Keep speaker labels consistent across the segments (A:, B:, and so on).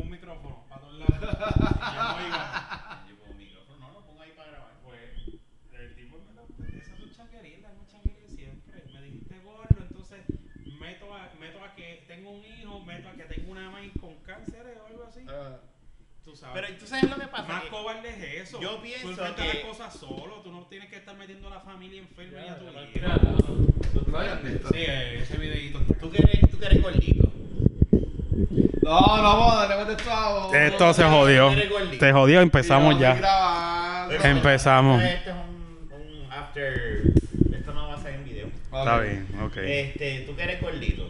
A: Pues, Tú sabes.
B: Pero tú sabes lo que pasa.
A: más
B: que
A: cobarde es eso.
B: yo
A: Tú
B: pienso
A: enfrentas
B: que-
A: las cosas solo. Tú no tienes que estar metiendo a la familia enferma ni a tu hijo.
C: Mira, no, no, no hayan visto.
A: Sí, eh, ese videito.
B: tú que eres, tú que eres gordito.
C: No, no, vamos, tenemos esto ahora.
B: Esto se jodió. Se
A: jodió,
C: Sí, vamos a seguir grabando.
A: Empezamos.
B: Este es un, un after. Esto no va a ser en video.
C: Ok.
A: ok.
B: Este, tú que eres gordito.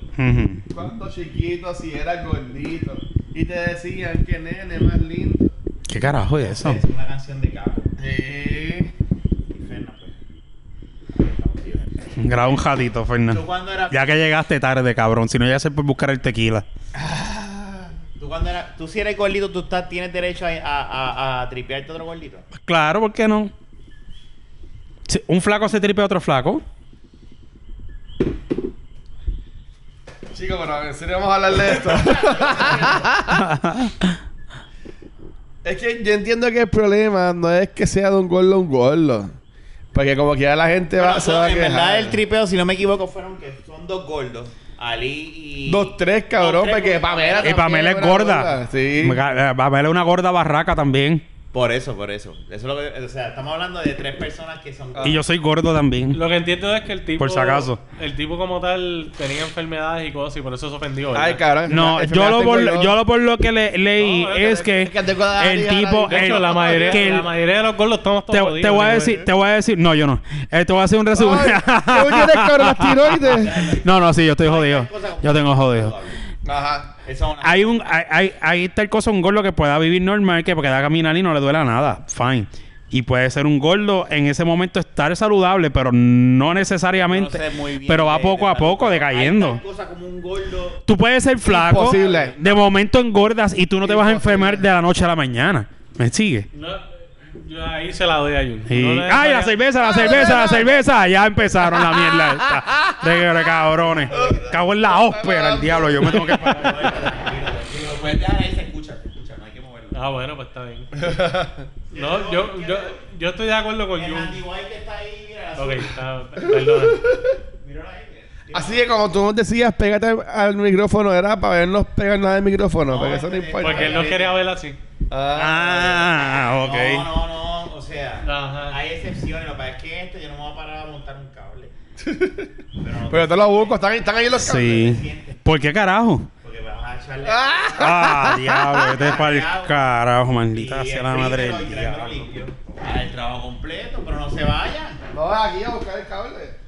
C: Cuando chiquito, si eras gordito. Y te decían que nene más lindo.
A: ¿Qué carajo es eso?
B: Es una canción de Capo.
C: Sí.
B: Y Fernan, pues. estamos bien.
A: Graba un jadito,
B: Tú
A: Fernando.
B: cuando eras.
A: que llegaste tarde, cabrón. Si no, ya se puede buscar el tequila.
B: Tú cuando eras. Tú si eres gordito, tú estás, tienes derecho a, a, a, a tripearte otro gordito.
A: Claro, ¿por qué no? Si un flaco se tripe a otro flaco.
C: Chicos, pero en serio vamos a hablar de esto. es que yo entiendo que el problema no es que sea de un gordo a un gordo. Porque como quiera la gente va,
B: Bueno,
C: se va a
B: en
C: quejar.
B: verdad el tripeo, si no me equivoco, fueron que son dos gordos. Ali y.
C: Dos, tres, cabrón,
B: Dos, tres,
C: porque Pamela
A: Y
C: también
A: Pamela es
C: una
A: gorda.
C: Sí.
A: Ga- eh, Pamela es una gorda barraca también.
B: Por eso, por eso. Eso es lo que. O sea, estamos hablando de tres personas que son.
A: Y yo soy gordo también.
D: Lo que entiendo es que el tipo.
A: Por si acaso.
D: El tipo como tal tenía enfermedades y cosas y por eso se ofendió. ¿verdad?
C: Ay, cabrón.
A: No,
C: enfermedad
A: yo lo,
C: tengo
A: por, yo lo por lo que le- leí
D: No, es que-
A: es que,
C: es que tengo la
A: el
C: barriga,
A: tipo...
C: la-
D: De hecho,
A: el-
D: la mayoría,
A: que el-
D: la mayoría de los gordos estamos todos
A: te,
D: jodidos,
A: te voy a
D: anyway.
A: decir, te voy a decir... No, yo no. Eh, te voy a hacer un resumen.
C: Ay, ¿Tú tienes cabrón las tiroides?
A: no, no, sí, yo estoy jodido.
B: cosas como-
A: Yo tengo jodido.
C: Ajá.
B: Eso es una-
A: Hay un... Hay, hay, hay tal cosa, un gordo que pueda vivir normal, que pueda caminar y no le duela nada. Fine. Y puede ser un gordo en ese momento estar saludable, pero no necesariamente.
B: No sé muy bien
A: pero va
B: de-
A: poco
B: de
A: a
B: tal-
A: poco
B: Hay
A: decayendo.
B: tal cosa como un gordo.
A: Tú puedes ser flaco,
C: Imposible.
A: de momento engordas y tú no te vas a
C: Imposible.
A: enfermar de la noche a la mañana. ¿Me sigue?
D: No, yo ahí se la doy a Jun.
A: Sí.
D: No le-
A: ¡Ay, la cerveza, la cerveza, la cerveza! Ya empezaron la mierda esta. De, de cabrones. Cago en la ópera, el diablo. Yo me tengo que parar.
B: Tranquilo, tranquilo. Lo puedes dejar ahí, se escucha, se escucha, no hay que moverlo.
D: Ah, bueno, pues está bien. No, yo, yo, yo estoy de acuerdo con
B: El Andy
D: Jun.
B: White que está ahí, mira la
D: Ok, está, perdona.
B: Míralo ahí. mira.
A: Ah,
C: Así que como tú nos decías, pégate al- al micrófono, era para vernos pegar nada del micrófono,
B: No,
C: porque eso no
B: este-
C: importa.
D: Porque él no quería verla así.
A: Ah,
B: No,
A: ok.
B: no, no. O sea,
D: Ajá.
B: hay excepciones. Lo que pasa es que este yo no me voy a parar a montar un cable. Pero no
C: Pero te lo busco, están, están ahí los
A: Sí. ¿Por qué carajo?
B: Porque vas a echarle.
A: ¡Ah, diablo! Vete para el carajo,
B: Y
A: maldita sea la madre
B: fríelo
A: del
B: y tráemelo
A: diablo.
B: limpio. Ah, el trabajo completo, pero no se vayan.
C: No, aquí a buscar el cable.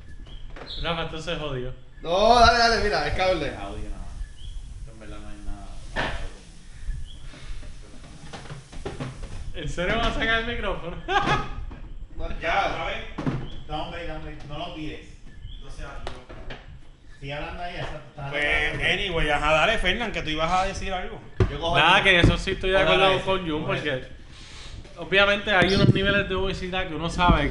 D: Rafa, entonces jodió.
C: No, dale, dale, mira, el cable.
B: Audio nada más. Esto En verdad no hay nada.
D: ¿En serio vas a sacar el micrófono?
B: Ya, otra vez. Dame un break, dame un break. No lo pides. ah, Sigue hablando ahí, exacto. Estás hablando.
A: Pues, anyway, ajá, dale, Fernán, que tú ibas a decir algo.
B: eh, Yo cojo
D: Nada,
B: el-
D: que en eso sí estoy de
B: Una
D: acuerdo
B: vez.
D: con Jun,
B: Una
D: porque obviamente hay unos niveles de obesidad que uno sabe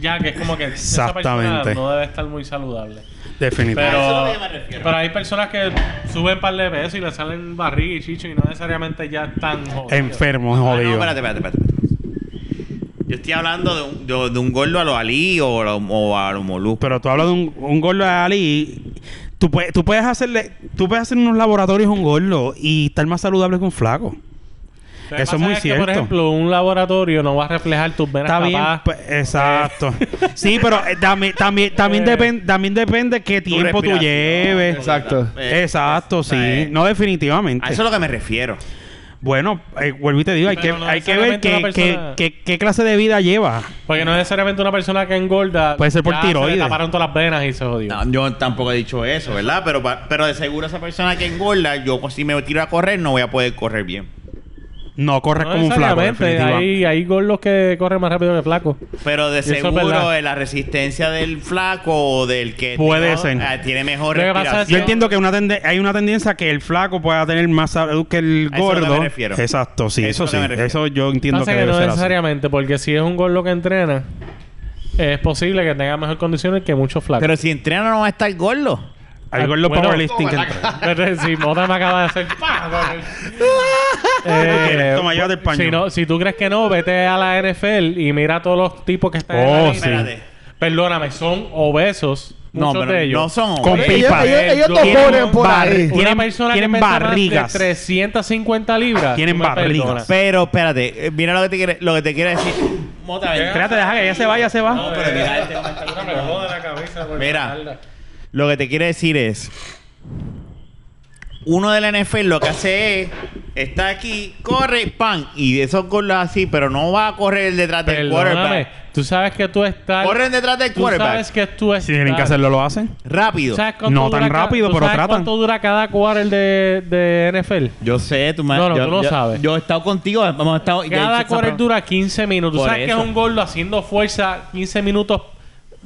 D: ya que es como que esa persona
A: Exactamente.
D: no debe estar muy saludable.
A: Definitivamente.
B: eso es lo
D: Pero,
B: que yo me refiero.
D: pero hay personas que suben un par de pesos y le salen barriga y chicho y no necesariamente ya están jodidos.
A: Enfermo,
B: Ah, no,
A: jodido.
B: espérate, espérate, espérate. espérate. Yo estoy hablando de un, de, de un gordo a lo Ali o, a lo- o a lo Molú.
A: Pero tú hablas de un, un gordo de Ali. Tú, puedes- tú puedes hacerle, tú puedes hacer unos laboratorios a un gordo y estar más saludable que un flaco.
D: Lo que
A: Eso es
D: pasa
A: muy
D: que,
A: cierto.
D: por ejemplo, un laboratorio no va a reflejar tus venas
A: Está bien,
D: tapadas.
A: pues, exacto. sí, pero eh, también, también, también,
D: Eh.
A: depende, también depende qué tiempo tú
B: respiración.
A: lleves.
C: Exacto.
B: Eh,
A: Exacto, sí.
B: eh,
A: No, definitivamente.
B: A eso es lo que me refiero.
A: Bueno, eh, vuelvo y te digo, hay que,
D: Pero no
A: hay que ver qué,
D: necesariamente una persona-
A: qué- qué- qué clase de vida lleva.
D: Porque no necesariamente una persona que engorda.
A: Puede ser por
D: ya se le
A: tiroides.
D: taparon todas las venas y se jodió.
B: No, yo tampoco he dicho eso, ¿verdad? Pero, pa- pero de seguro esa persona que engorda, yo pues, si me tiro a correr no voy a poder correr bien.
A: No corres
D: No
A: como un flaco,
D: necesariamente,
A: definitivamente.
D: Hay, hay gordos que corren más rápido que flacos.
B: Pero de
D: Eso es
B: seguro
D: verdad.
B: eh, la resistencia del flaco o del que
A: Puede
B: ¿no?
A: ser.
B: Ah, tiene mejor
D: Lo que pasa
B: respiración.
A: Yo entiendo que una tende- hay una tendencia que el flaco pueda tener más salud que el
B: A eso es lo que
A: gordo.
B: me refiero.
A: Exacto, sí,
B: A
A: eso,
B: eso es lo que me
A: sí.
B: refiero.
A: Eso yo entiendo
D: Pasa
A: que
D: que,
A: debe
D: no
A: ser así.
D: necesariamente, porque si es un gordo que entrena, es posible que tenga mejor condiciones que muchos flacos.
B: Pero si entrena no va a estar gordo.
A: Hay gordo
D: Bueno,
A: powerlifting que entra.
D: Pero si Mota me acaba de hacer ¡pam! Eh,
A: Toma, llévate el paño.
D: si, no, si tú crees que no, vete a la NFL y mira a todos los tipos que están en
A: Oh,
D: la
A: sí.
D: lista. Perdóname, son obesos
B: No,
D: Muchos
B: pero
D: de ellos.
B: no son
A: Con
B: hombres.
A: pi-
C: Ellos,
A: pipa.
C: ellos, ellos te
A: Tienen
C: ponen por
A: bar-
C: ahí.
A: Tienen-
D: una persona
A: tienen
D: que pesa más de
A: barrigas.
D: 350 libras.
A: Tienen
D: tú me
A: barrigas.
D: perdonas.
B: Pero espérate, eh, mira lo que te quiere, lo que te quiero decir. Mota, ven.
A: Espérate, deja que ella se vaya, se va.
D: No,
B: pero
D: eh,
B: mira este comentario.
D: puta, me jode la cabeza por
B: Mira.
D: la espalda.
B: Lo que te quiero decir es. Uno de la NFL lo que hace es. Está aquí, corre, pan. Y de esos goles así, pero no va a correr detrás del
D: Perdóname.
B: quarterback.
D: Tú sabes que tú estás...
B: Corren detrás del
D: Tú
B: quarterback.
D: sabes que tú estás...
A: Si tienen que hacerlo, lo hacen.
B: Rápido.
D: ¿Sabes cuánto
A: No
D: dura
A: tan
D: cada-
A: rápido,
D: ¿tú
A: pero
D: sabes
A: tratan.
D: cuánto dura cada quarter de, de NFL?
B: Yo sé, tú me
D: No, no,
B: yo,
D: tú lo
B: yo-
D: sabes.
B: Yo he estado contigo, hemos estado.
D: Cada quarter dura 15 minutos. ¿Tú
B: Por
D: sabes
B: eso.
D: que es un gordo haciendo fuerza 15 minutos?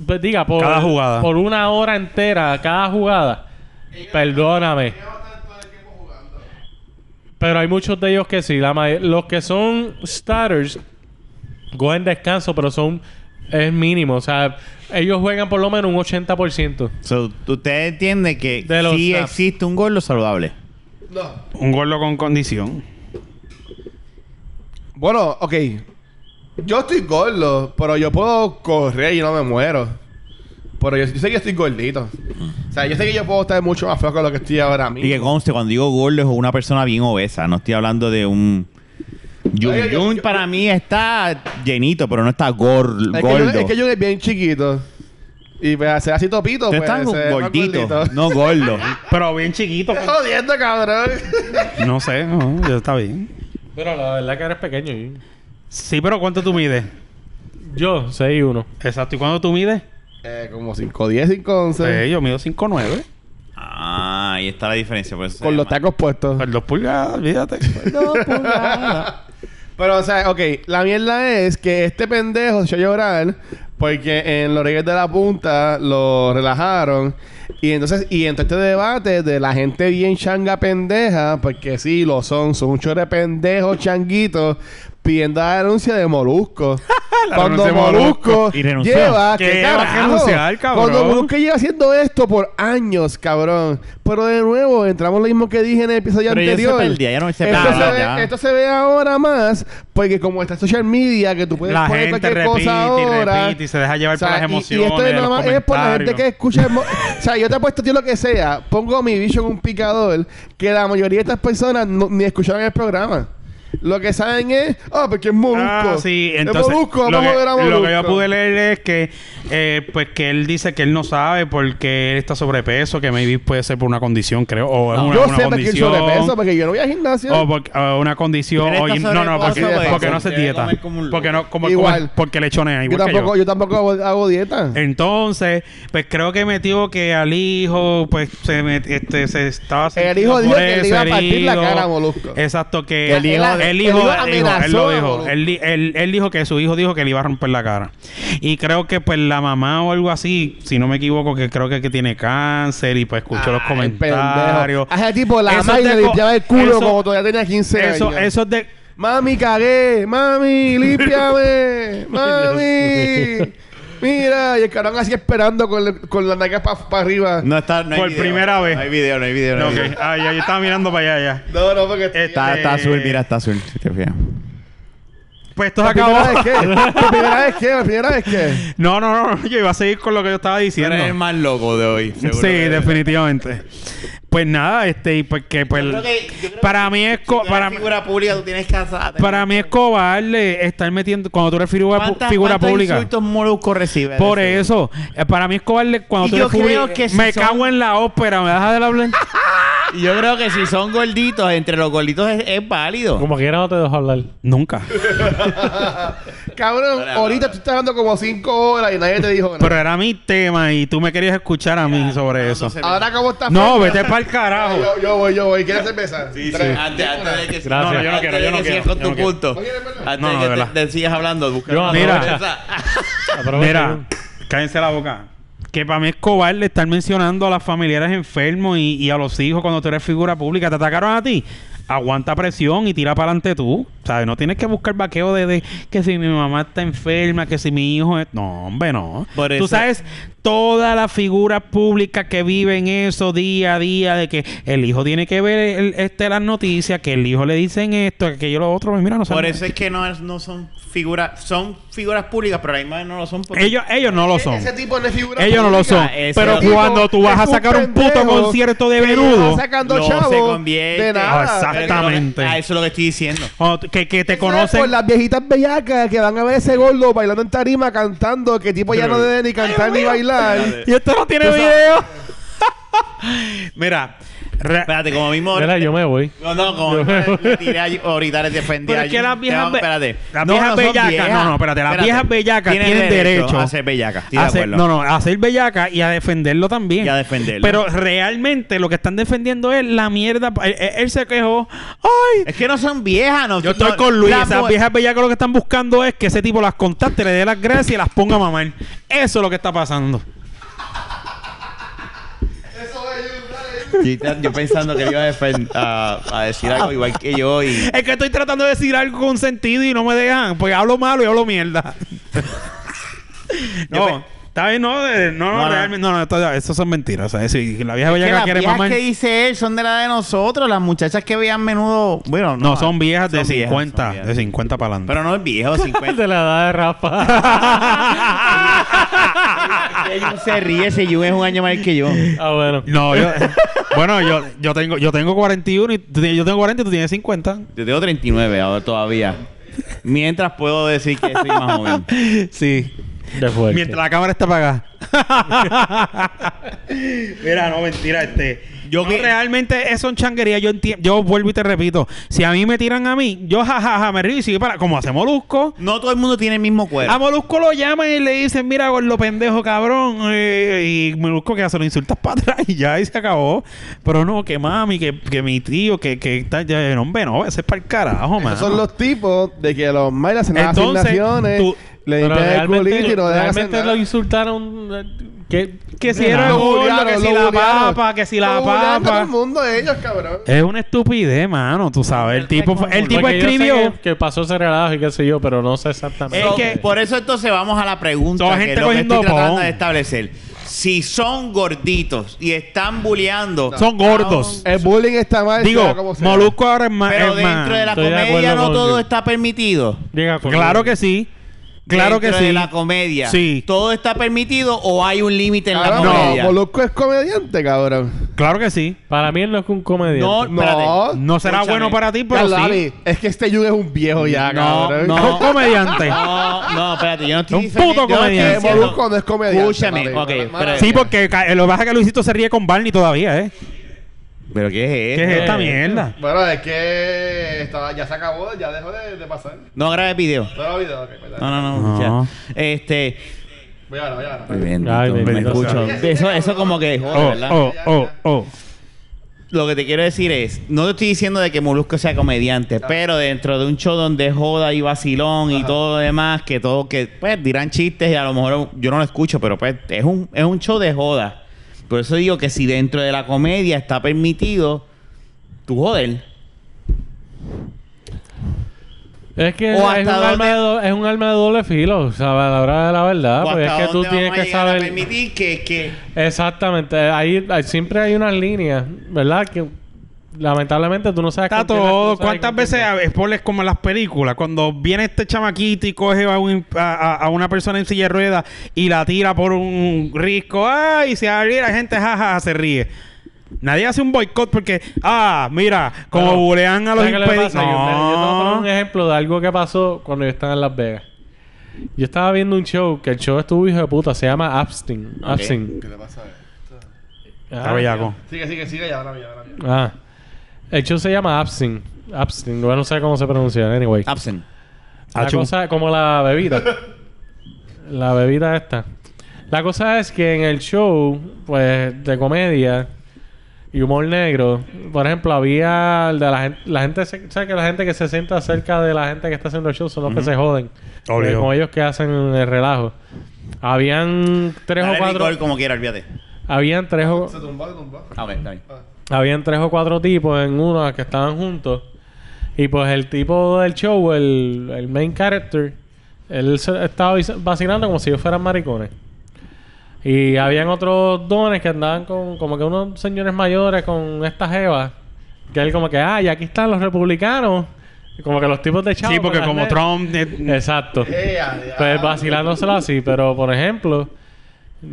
D: pues, diga, por,
A: Cada jugada.
D: Por una hora entera, cada jugada. Perdóname. Pero hay muchos de ellos que sí. La may- los que son starters cogen descanso, pero son... Es mínimo. O sea, ellos juegan por lo menos un 80%.
B: So, usted entiende que
D: De los
B: sí
D: snaps.
B: existe un gordo saludable.
C: No.
A: Un gordo con condición.
C: Bueno, ok. Yo estoy gordo, pero yo puedo correr y no me muero. Pero yo, yo sé que yo estoy gordito. O sea, yo sé que yo puedo estar mucho más flaco de lo que estoy ahora mismo.
B: Y que conste, cuando digo gordo es una persona bien obesa. No estoy hablando de un. Jun,
C: Oye, yo-
B: Jun
C: yo-
B: para mí está llenito, pero no está gor-
C: es que,
B: gordo.
C: yo, es que yo es bien chiquito. Y pues hacer así topito,
B: Ustedes
C: pues.
B: están
C: se ve más
B: gorditos, no gordo.
A: Pero bien chiquito.
C: Te jodiendo, cabrón.
A: No sé, no, ya está bien.
D: Pero la verdad que eres pequeño.
A: Sí, pero ¿cuánto tú mides?
D: Yo, 6 y 1.
A: Exacto, ¿y cuánto tú mides?
C: eh, como 5, 10, 5, 11.
A: Sí, yo mido 5'9".
B: ah, ahí está la diferencia. pues, eh, Por eso
C: con
B: se
C: los
B: llama.
C: tacos puestos.
A: Por 2 Pues pulgadas, olvídate. Pues
C: Pero, o sea, ok, la mierda es que este pendejo se echó a llorar porque en los Reyes de la Punta lo relajaron. Y entonces, y entró este debate de la gente bien changa pendeja, porque sí, lo son, son un chorre pendejo changuito pidiendo la denuncia de Molusco.
A: La
C: Cuando
A: renuncia de Molusco.
C: Molusco
B: Y renunció.
C: lleva,
A: Que
C: ¿qué
A: lleva que
C: carajo?
A: renunciar, cabrón.
C: Cuando Molusco lleva haciendo esto por años, cabrón. Pero de nuevo, entramos lo mismo que dije en el episodio
B: Pero ya se
C: anterior.
B: perdía, ya no se
C: Esto
B: perdía,
C: ve-
B: ya.
C: esto se ve ahora más porque como está social media que tú puedes
A: La
C: poner
A: gente
C: cualquier cosa
A: repite y
C: ahora
A: repite y se deja llevar
C: o sea,
A: por las
C: y-
A: emociones.
C: y, esto
A: los
C: nada más es por la gente
A: comentarios.
C: que escucha emo- o sea yo te he puesto tío lo que sea pongo mi bicho en un picador que la mayoría de estas personas no- ni escucharon el programa lo que saben es ah porque es molusco
A: Ah, sí,
C: Es
A: entonces.
C: molusco
A: lo,
C: vamos
A: que,
C: a ver a
A: lo
C: molusco
A: que yo pude leer es que, eh, pues, que él dice que él no sabe porque él está sobrepeso, que maybe puede ser por una condición, creo. O es una,
C: yo
A: una
C: sé porque el
A: condición. Oh,
C: sobrepeso porque yo no voy al gimnasio
A: O porque, o una condición.
B: Pero
A: o-
B: está
A: no, no,
B: sobrepeso,
A: porque,
C: pues.
A: porque no hace
B: Debe
A: dieta.
B: comer como un loco.
A: Porque no, como,
C: Igual.
A: como- porque lechonea
C: yo
A: igual. que yo.
C: tampoco yo. tampoco hago, hago dieta
A: Entonces, pues creo que metió que al hijo, pues se met- este, se estaba
C: El
A: sintiendo
C: hijo dijo
A: por
C: que le iba a
A: eso,
C: partir la
A: herido.
C: cara a Molusco.
A: Exacto, que,
C: Que
A: el
C: él-
A: hijo,
C: él-
A: el
C: él
A: hijo,
C: iba-
A: él dijo, él
C: amenazó
A: lo
C: a
A: dijo,
C: Molusco.
A: él, di- él- él dijo que su hijo dijo que le iba a romper la cara. Y creo que pues la mamá o algo así, si no me equivoco, que creo que, que tiene cáncer y pues escuchó los
C: Ay,
A: comentarios.
C: Ah, pendejo. Ah, A ese tipo la
A: Eso
C: madre
A: es de
C: le
A: co-
C: limpiaba el culo
A: eso-
C: como todavía tenía 15
A: Eso,
C: años.
A: eso es de
C: Mami, cagué. Mami, límpiame. Mami. Mira, y el cabrón así esperando con, le- con la nalga para arriba.
B: No está. No hay
A: Por
B: video.
A: primera vez.
B: No hay video, no hay video. No hay
A: Ok,
B: video.
A: ay, ay, estaba mirando para allá ya.
C: No, no, porque...
B: Está,
A: Eh,
B: está azul, mira, está azul. Si te fijas.
A: Pues esto se
C: ¿La primera
A: acabó.
C: vez qué? ¿La primera vez qué? ¿La primera vez qué?
A: No, no, no, no, yo iba a seguir con lo que yo estaba
B: Tú
A: diciendo.
B: eres el más loco de hoy. seguro
A: Sí,
B: que-
A: definitivamente. Pues nada, este, y pues que, pues,
B: creo que- yo creo
A: para mí es, co-
B: Si tú eres
A: para, mí-
B: figura pública, tú tienes que
A: para mí es cobarde estar metiendo, cuando tú eres figura, pu- figura pública.
B: insultos Molusco recibe?
A: Por
B: De
A: eso, eh, para mí es cobarde cuando
B: Y
A: tú
B: yo
A: eres público.
B: creo que si
A: me
B: son-
A: cago en la ópera, me dejas de hablar.
B: Y yo creo que si son gorditos, entre los gorditos es, es válido.
D: Como quiera no te dejo hablar.
A: Nunca.
C: Cabrón,
B: Espera,
C: ahorita tú estás hablando como 5 horas y nadie te dijo nada.
A: Pero era mi tema y tú me querías escuchar a mí sobre eso.
B: entonces-
C: Ahora, ¿cómo estás?
A: No, vete para el carajo.
C: Yo, yo voy, yo voy. ¿Quieres cerveza? Sí,
B: Antes, antes de que
D: Gracias. No, no, yo no
B: antes
A: quiero,
B: de
A: yo no
B: que
A: quiero,
B: sigas con
A: yo
B: tu
A: no quiero.
B: punto. Antes
A: No, no, de
B: de que
A: verdad.
B: te, te sigas hablando, busca
D: Yo
B: una
A: Mira.
B: cerveza.
D: Aprovecha.
A: Mira, cállense la boca. Que para mí es cobarde estar mencionando a las familiares enfermos y, y a los hijos cuando tú eres figura pública. ¿Te atacaron a ti? Aguanta presión y tira para adelante tú. ¿Sabes? No tienes que buscar vaqueo de, de que si mi mamá está enferma, que si mi hijo es... No, hombre, no.
B: Por
A: Tú
B: eso-
A: sabes, toda la figura pública que vive en eso día a día, de que el hijo tiene que ver el- este, las noticias, que el hijo le dicen esto, aquello, lo otro. pues Mira, no saben
B: Por
A: nada.
B: eso es que no, es- no son figuras, son figuras públicas, pero a la misma vez no lo son porque
A: Ellos, ellos no lo son.
C: Ese tipo no es figura
A: Ellos no lo
C: pública.
A: son.
B: ese
A: Pero
B: tipo
A: cuando tú vas a sacar un puto concierto de menudo,
C: Estás sacando
B: no
C: chavo
B: se convierte.
C: de nada.
A: Ah, exacto.
B: Pero eso es lo que-
A: Exactamente.
B: Ah, eso es lo que estoy diciendo.
A: cuando t- que, que
C: Eso
A: te
C: es Por
A: conocen,
C: las viejitas bellacas que van a ver ese gordo bailando en tarima, cantando, que tipo ya no debe ni cantar ni bailar.
A: Y esto no tiene
B: Tú sabes-
A: video. Mira, re-
B: Espérate, como mismo.
D: Mira, yo me voy.
B: No, no, como mismo le tiré a- ahorita les defendí
A: Pero
B: a
A: es que las viejas
B: Tengo-
A: be-
B: Espérate.
A: las viejas
B: son
A: bellacas, no, no, espérate, las viejas bellacas tienen derecho
B: a ser bellacas. Estoy
A: a
B: de
A: ser-
B: acuerdo.
A: no, no, a ser bellaca y a defenderlo también.
B: Y a defenderlo.
A: Pero realmente lo que están defendiendo es la mierda. pa- Él, él- él se quejó. ¡Ay!
B: Es que no son viejas, no.
A: Yo estoy
B: no,
A: con Luis.
B: la
A: Esas
B: mu-
A: viejas bellacas lo que están buscando es que ese tipo las contacte, le dé las gracias y las ponga a mamar. Eso es lo que está pasando.
B: Yo, yo pensando que le iba a, defen- a, a decir algo igual que yo y.
A: Es que estoy tratando de decir algo con sentido y no me dejan, porque hablo malo y hablo mierda.
B: Yo
A: no, está bien, no, de- no, no,
B: No, no.
A: realmente, no, no, esto- eso son mentiras. ¿sabes? Si la vieja
B: Que
A: bellaca
B: las
A: quiere
B: viejas
A: mamar.
B: que dice él son de la de nosotros, las muchachas que veían menudo. Bueno, no.
A: No, son viejas de
B: son viejas,
A: 50,
B: son viejas.
A: de 50 para adelante.
B: Pero no es viejo, 50.
D: De la edad de Rafa.
B: Jun se ríe si Jun es un año más que yo.
D: ah, bueno.
A: No, yo. bueno, yo, yo, tengo, yo tengo 41 y tú tienes- yo tengo 40 y tú tienes 50.
B: Yo tengo 39 ahora todavía. Mientras puedo decir que soy más joven.
A: Sí.
D: De fuerte.
A: Mientras la cámara está apagada. Mira, no, mentira, este. Yo
B: que-
A: realmente eso en changuería, yo entiendo, yo vuelvo y te repito, si a mí me tiran a mí, yo jajaja me río y sigue para, como hace Molusco.
B: No todo el mundo tiene el mismo cuerpo.
A: A Molusco lo llaman y le dicen, mira, lo pendejo, cabrón. eh, y Molusco que hace, lo insultas para atrás y ya, y se acabó. Pero no, que mami, que, que mi tío, que, que tal, ya, no, hombre, no, ese es para el carajo, man.
C: Esos son los tipos de que los mayas hacen las
A: Entonces,
C: asignaciones,
A: tú-
C: le
D: Pero
C: limpian el
D: realmente,
C: culito y no dejan hacer
D: realmente lo
C: nada.
D: insultaron. eh, Que,
A: Que si
D: de
A: era
D: nada.
A: gordo,
C: bulearon,
A: que si la
C: bulearon.
A: papa, que si la
C: Lo bulean
A: papa.
C: todo el mundo ellos, cabrón.
A: Es una estupidez, mano, tú sabes. El tipo, fue- el tipo
D: Porque yo sé
A: escribió.
D: que, que pasó relajado y qué sé yo, pero no sé exactamente.
A: Es
B: So,
A: que-
B: Por eso entonces vamos a la pregunta
A: Toda
B: que
A: gente
B: lo que
A: cogiendo
B: estoy tratando
A: pon.
B: de establecer. Si son gorditos y están bulleando...
A: Son gordos.
C: El bullying está mal. sea
A: Digo,
C: como sea.
A: Molusco ahora es más.
B: Pero
A: es más-
B: dentro de la
D: Estoy de
B: comedia
D: acuerdo
B: no
D: con
B: todo
D: you.
B: está permitido.
D: Llega con-
A: Claro que sí. Claro
B: Dentro
A: que sí.
B: de la comedia.
A: Sí.
B: ¿Todo está permitido o hay un límite en la
C: Cabrón,
B: comedia?
C: no, Molusco es comediante, cabrón.
A: Claro que sí.
D: Para mí él no es un comediante.
B: No,
C: No.
B: espérate.
A: No será
B: Escúchame.
A: bueno para ti, pero
C: Carlos,
A: sí.
C: David, Es que este Jun es un viejo ya,
B: No,
C: cabrón.
A: Es un comediante.
B: No, no, espérate, yo no estoy
A: Un
B: diciendo-
A: puto
B: yo no estoy
A: comediante.
B: diciendo-
C: Molusco no es comediante.
B: Escúchame,
C: papi.
B: ok,
C: Mala-
B: pero-
A: Sí, porque ca- lo que pasa es que Luisito se ríe con Barney todavía, ¿eh?
B: ¿Pero qué es
A: ¿Qué es
B: esto?
A: esta mierda?
C: Bueno, es que estaba- ya se acabó, ya dejó de, de pasar.
B: No grabes video.
C: No lo olvidé, ok, perdón.
B: No, no, no.
A: No.
B: o sea, este...
C: Voy a voy a
B: Bendito,
D: Ay,
B: me
D: bendito
B: escucho.
C: sea.
B: Eso, eso como que joder,
A: Oh,
B: ¿verdad?
A: oh, oh, oh.
B: Lo que te quiero decir es, no te estoy diciendo de que Molusco sea comediante, pero dentro de un show donde joda y vacilón y todo lo demás, que todo, que pues dirán chistes y a lo mejor yo no lo escucho, pero pues es un, es un show de joda. Por eso digo que si dentro de la comedia está permitido, tú joder.
D: Es que
B: O
D: es, un
B: hasta dónde-
D: alma de do- es un alma de doble filo, ¿sabes? A la hora de la verdad.
B: ¿O
D: Pues es
B: hasta
D: que tú
B: dónde
D: tienes
B: vamos a
D: que
B: llegar a
D: saber.
B: permitir que, que
D: Exactamente. Ahí, ahí siempre hay unas líneas, ¿verdad? Que lamentablemente tú no sabes
A: Está
D: con quién las
A: todo.
D: cosas y
A: ¿Cuántas
D: con quién
A: veces
D: no.
A: a- es por- es como en las películas? Cuando viene este chamaquito y coge a, un- a- a- a una persona en silla de ruedas y la tira por un risco. ¡Ay! Y se abre y la gente jajaja se ríe. Nadie hace un boicot porque, ah, mira, como
D: Pero,
A: bulean a los
D: ¿sabes qué le
A: impedidos.
D: pasa? Yo, mira, yo te voy a poner
A: No.
D: un ejemplo de algo que pasó cuando yo estaba en Las Vegas. Yo estaba viendo un show, que el show estuvo hijo de puta, se llama Abstin. Abstin.
C: ¿Qué te pasa?
A: Está bellaco.
C: Sigue, sigue, sigue, ya, ahora, ya, ahora.
D: Ah. El show se llama Abstin. Abstin. Bueno, no sé cómo se pronuncia. Anyway.
B: absent.
D: La
A: Achú.
D: cosa, como la bebida. la bebida esta. La cosa es que en el show, pues, de comedia y humor negro, por ejemplo, había el de la gente, la gente, se- ¿sabes que la gente que se sienta cerca de la gente que está haciendo el show son los que se joden?
A: Obligado.
D: Eh, Como ellos que hacen el relajo. Habían tres
B: Dale
D: o cuatro,
B: licor como quiera, olvídate.
D: habían tres o,
C: Se tumbó, se tumbó.
B: Ah, ok, está bien.
D: habían tres o cuatro tipos en una que estaban juntos Y pues el tipo del show, el, el main character, él se- estaba vac- vacilando como si ellos fueran maricones. Y habían otros dones que andaban con como que unos señores mayores con estas jevas. Que él como que, ah, y aquí están los republicanos. Como que los tipos de chavos.
A: Sí,
D: con
A: porque
D: las
A: como
D: ne-
A: Trump... eh,
D: Exacto. Pues vacilándoselo así, pero por ejemplo,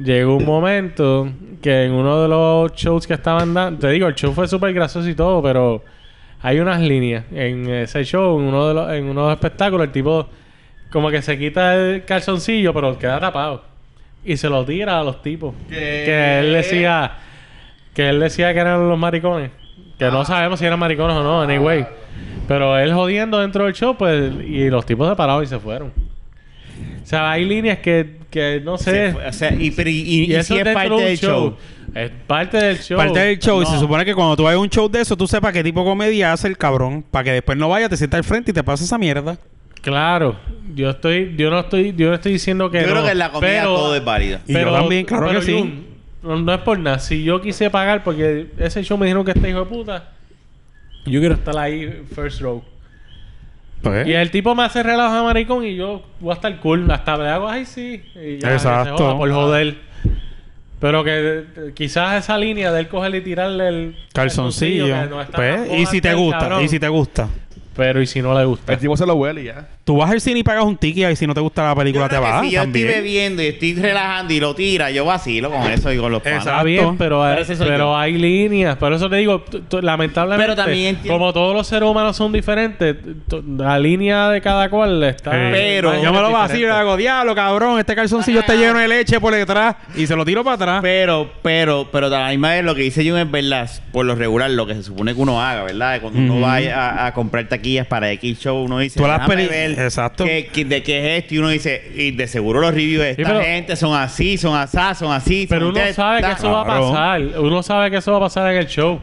D: llegó un momento que en uno de los shows que estaban dando, te digo, el show fue súper gracioso y todo, pero hay unas líneas en ese show, en uno de los, en uno de los espectáculos, el tipo como que se quita el calzoncillo, pero queda tapado. Y se lo tira a los tipos.
C: ¿Qué?
D: Que él decía, que él decía que eran los maricones. Que no sabemos si eran maricones o no, anyway. Pero él jodiendo dentro del show, pues, y los tipos se pararon y se fueron. O sea, hay líneas que, que no
B: Se
D: sé.
B: fue- o sea, y, pero y, y- y si
D: eso
B: es
D: dentro
B: parte
D: de un
B: del show.
D: Es parte del show.
A: Parte del show. Y se
B: No.
A: supone que cuando tú vayas a un show de eso, tú sepas qué tipo de comedia hace el cabrón. Para que después no vayas, te sientas al frente y te pasa esa mierda.
D: Claro. Yo estoy, yo no estoy, yo no estoy diciendo que
B: Yo creo
D: no,
B: que en la comida
D: pero-
B: todo es válido.
A: Y yo también, claro que sí.
D: Jun, No, no es por nada. Si yo quise pagar porque ese show me dijeron que este hijo de puta, yo quiero estar ahí first row.
C: ¿Por
A: Eh.
D: Y
C: qué?
D: el tipo me hace relajo de maricón y yo voy a estar cool. Hasta le hago, ay, sí. Y ya, que se
A: Exacto. Ah.
D: joda por joder. Pero que eh, quizás esa línea de él cogerle y tirarle el
A: Calzoncillo.
D: que no está
A: Pues,
D: tan
A: y si te
D: jodante,
A: gusta,
D: cabrón.
A: y si te gusta.
D: Pero y si no le gusta.
C: El tipo se lo huele y ya.
A: Tú vas al cine y pagas un ticket y si no te gusta la
B: Yo
A: película te
B: creo que
A: vas.
B: si yo estoy
A: también.
B: bebiendo y estoy relajando y lo tira, yo vacilo con eso y con los panas.
D: Está
A: Exacto.
D: bien, pero, hay-
B: Pero ese soy
D: pero
B: yo.
D: hay líneas. Por eso te digo, t- t- lamentablemente,
B: Pero también entiendo-
D: como todos los seres humanos son diferentes, t- t- la línea de cada cual está...
A: Eh,
B: Pero-
A: yo me lo
D: es
A: vacío y
D: diferente.
A: hago diablo, cabrón. Este calzoncillo está lleno de leche por detrás y se lo tiro para atrás.
B: Pero, pero, pero de la misma vez lo que dice Jun es verdad, por lo regular, lo que se supone que uno haga, ¿verdad? Cuando uno
A: Ujú.
B: va a, a comprar taquillas para X show, uno dice,
A: Tú las
B: "Déjame
A: peli- Exacto.
B: qué- qué- de qué es esto, y uno dice, y de seguro los reviews de
D: Sí,
B: esta
D: pero-
B: gente son así, son asá, son así.
D: Pero
B: son
D: uno
B: de-
D: sabe que
B: ta-
D: eso va a
A: Claro.
D: pasar. Uno sabe que eso va a pasar en el show.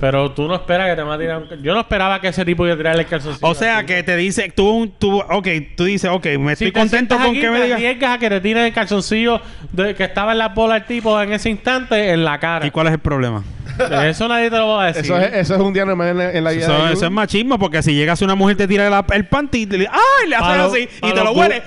D: Pero tú no esperas que te va a tirar un... cal- Yo no esperaba que ese tipo iba a tirarle el calzoncillo.
A: o sea, que te dice, tú, tú, ok, tú dices, ok, me estoy contento con que me digas.
D: arriesgas a que te tiren el calzoncillo de, que estaba en la bola el tipo en ese instante en la cara.
A: ¿Y cuál es el problema?
D: Eso nadie te lo va a decir.
C: Eso, es, eso es un día normal en la, en la vida.
A: Eso,
C: de
A: eso es
C: Jun.
A: machismo, porque si llegas una mujer, te tira la- el panty y te le, ¡ay! le haces
D: Pa' lo-
A: así
D: pa'
A: y te
D: los
A: lo
D: gu-
A: huele.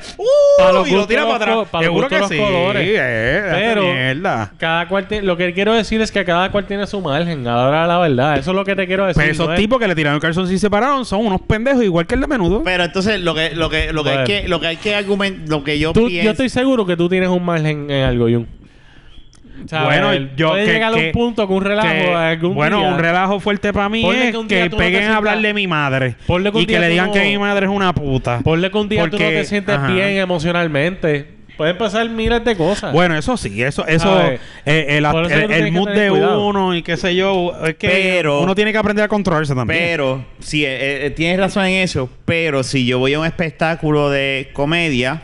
D: pa'
A: ¡Uh!
D: los
A: Y lo
D: gustos
A: tira
D: los
A: para
D: co-
A: atrás.
D: pa' los
A: Seguro
D: gustos
A: que
D: los
A: sí.
D: colores.
A: eh, date
D: Pero
A: mierda.
D: cada cual tiene- lo que quiero decir es que cada cual tiene su margen. Ahora la verdad, eso es lo que te quiero decir.
A: Pero Pues esos
D: no es-
A: tipos que le tiraron el calzón y se separaron son unos pendejos, igual que el de menudo.
D: Pues,
B: Pero entonces lo que, lo que, lo que
D: Bueno.
B: hay que, lo que hay que argumentar, lo que yo
D: Tú-
B: pienso.
D: yo estoy seguro que tú tienes un margen en algo, Jun. O sea,
A: Bueno,
D: el-
A: yo
D: puede
A: que-
D: llegar a un
A: que-
D: punto con un relajo
A: que-
D: algún
A: bueno,
D: día.
A: un relajo fuerte para mí
D: Ponle
A: es
D: que un día
A: que
D: tú no te
A: peguen a
D: sientas-
A: hablar de mi madre
D: Ponle que un
A: y que
D: día
A: le
D: tú
A: digan
D: no-
A: que mi madre es una puta.
D: Ponle que un día tú no
A: Porque-
D: te sientes
A: ajá.
D: bien emocionalmente. Pueden pasar miles de cosas.
A: Bueno, eso sí, eso, eso,
D: ¿Sabes?
A: eh, el,
D: Por eso
A: el-
D: tú
A: el
D: tienes que
A: mood
D: tener
A: de
D: cuidado.
A: uno y qué sé yo, es que
B: Pero-
A: uno tiene que aprender a controlarse también.
B: Pero, sí, eh, eh, tienes razón en eso, pero si yo voy a un espectáculo de comedia,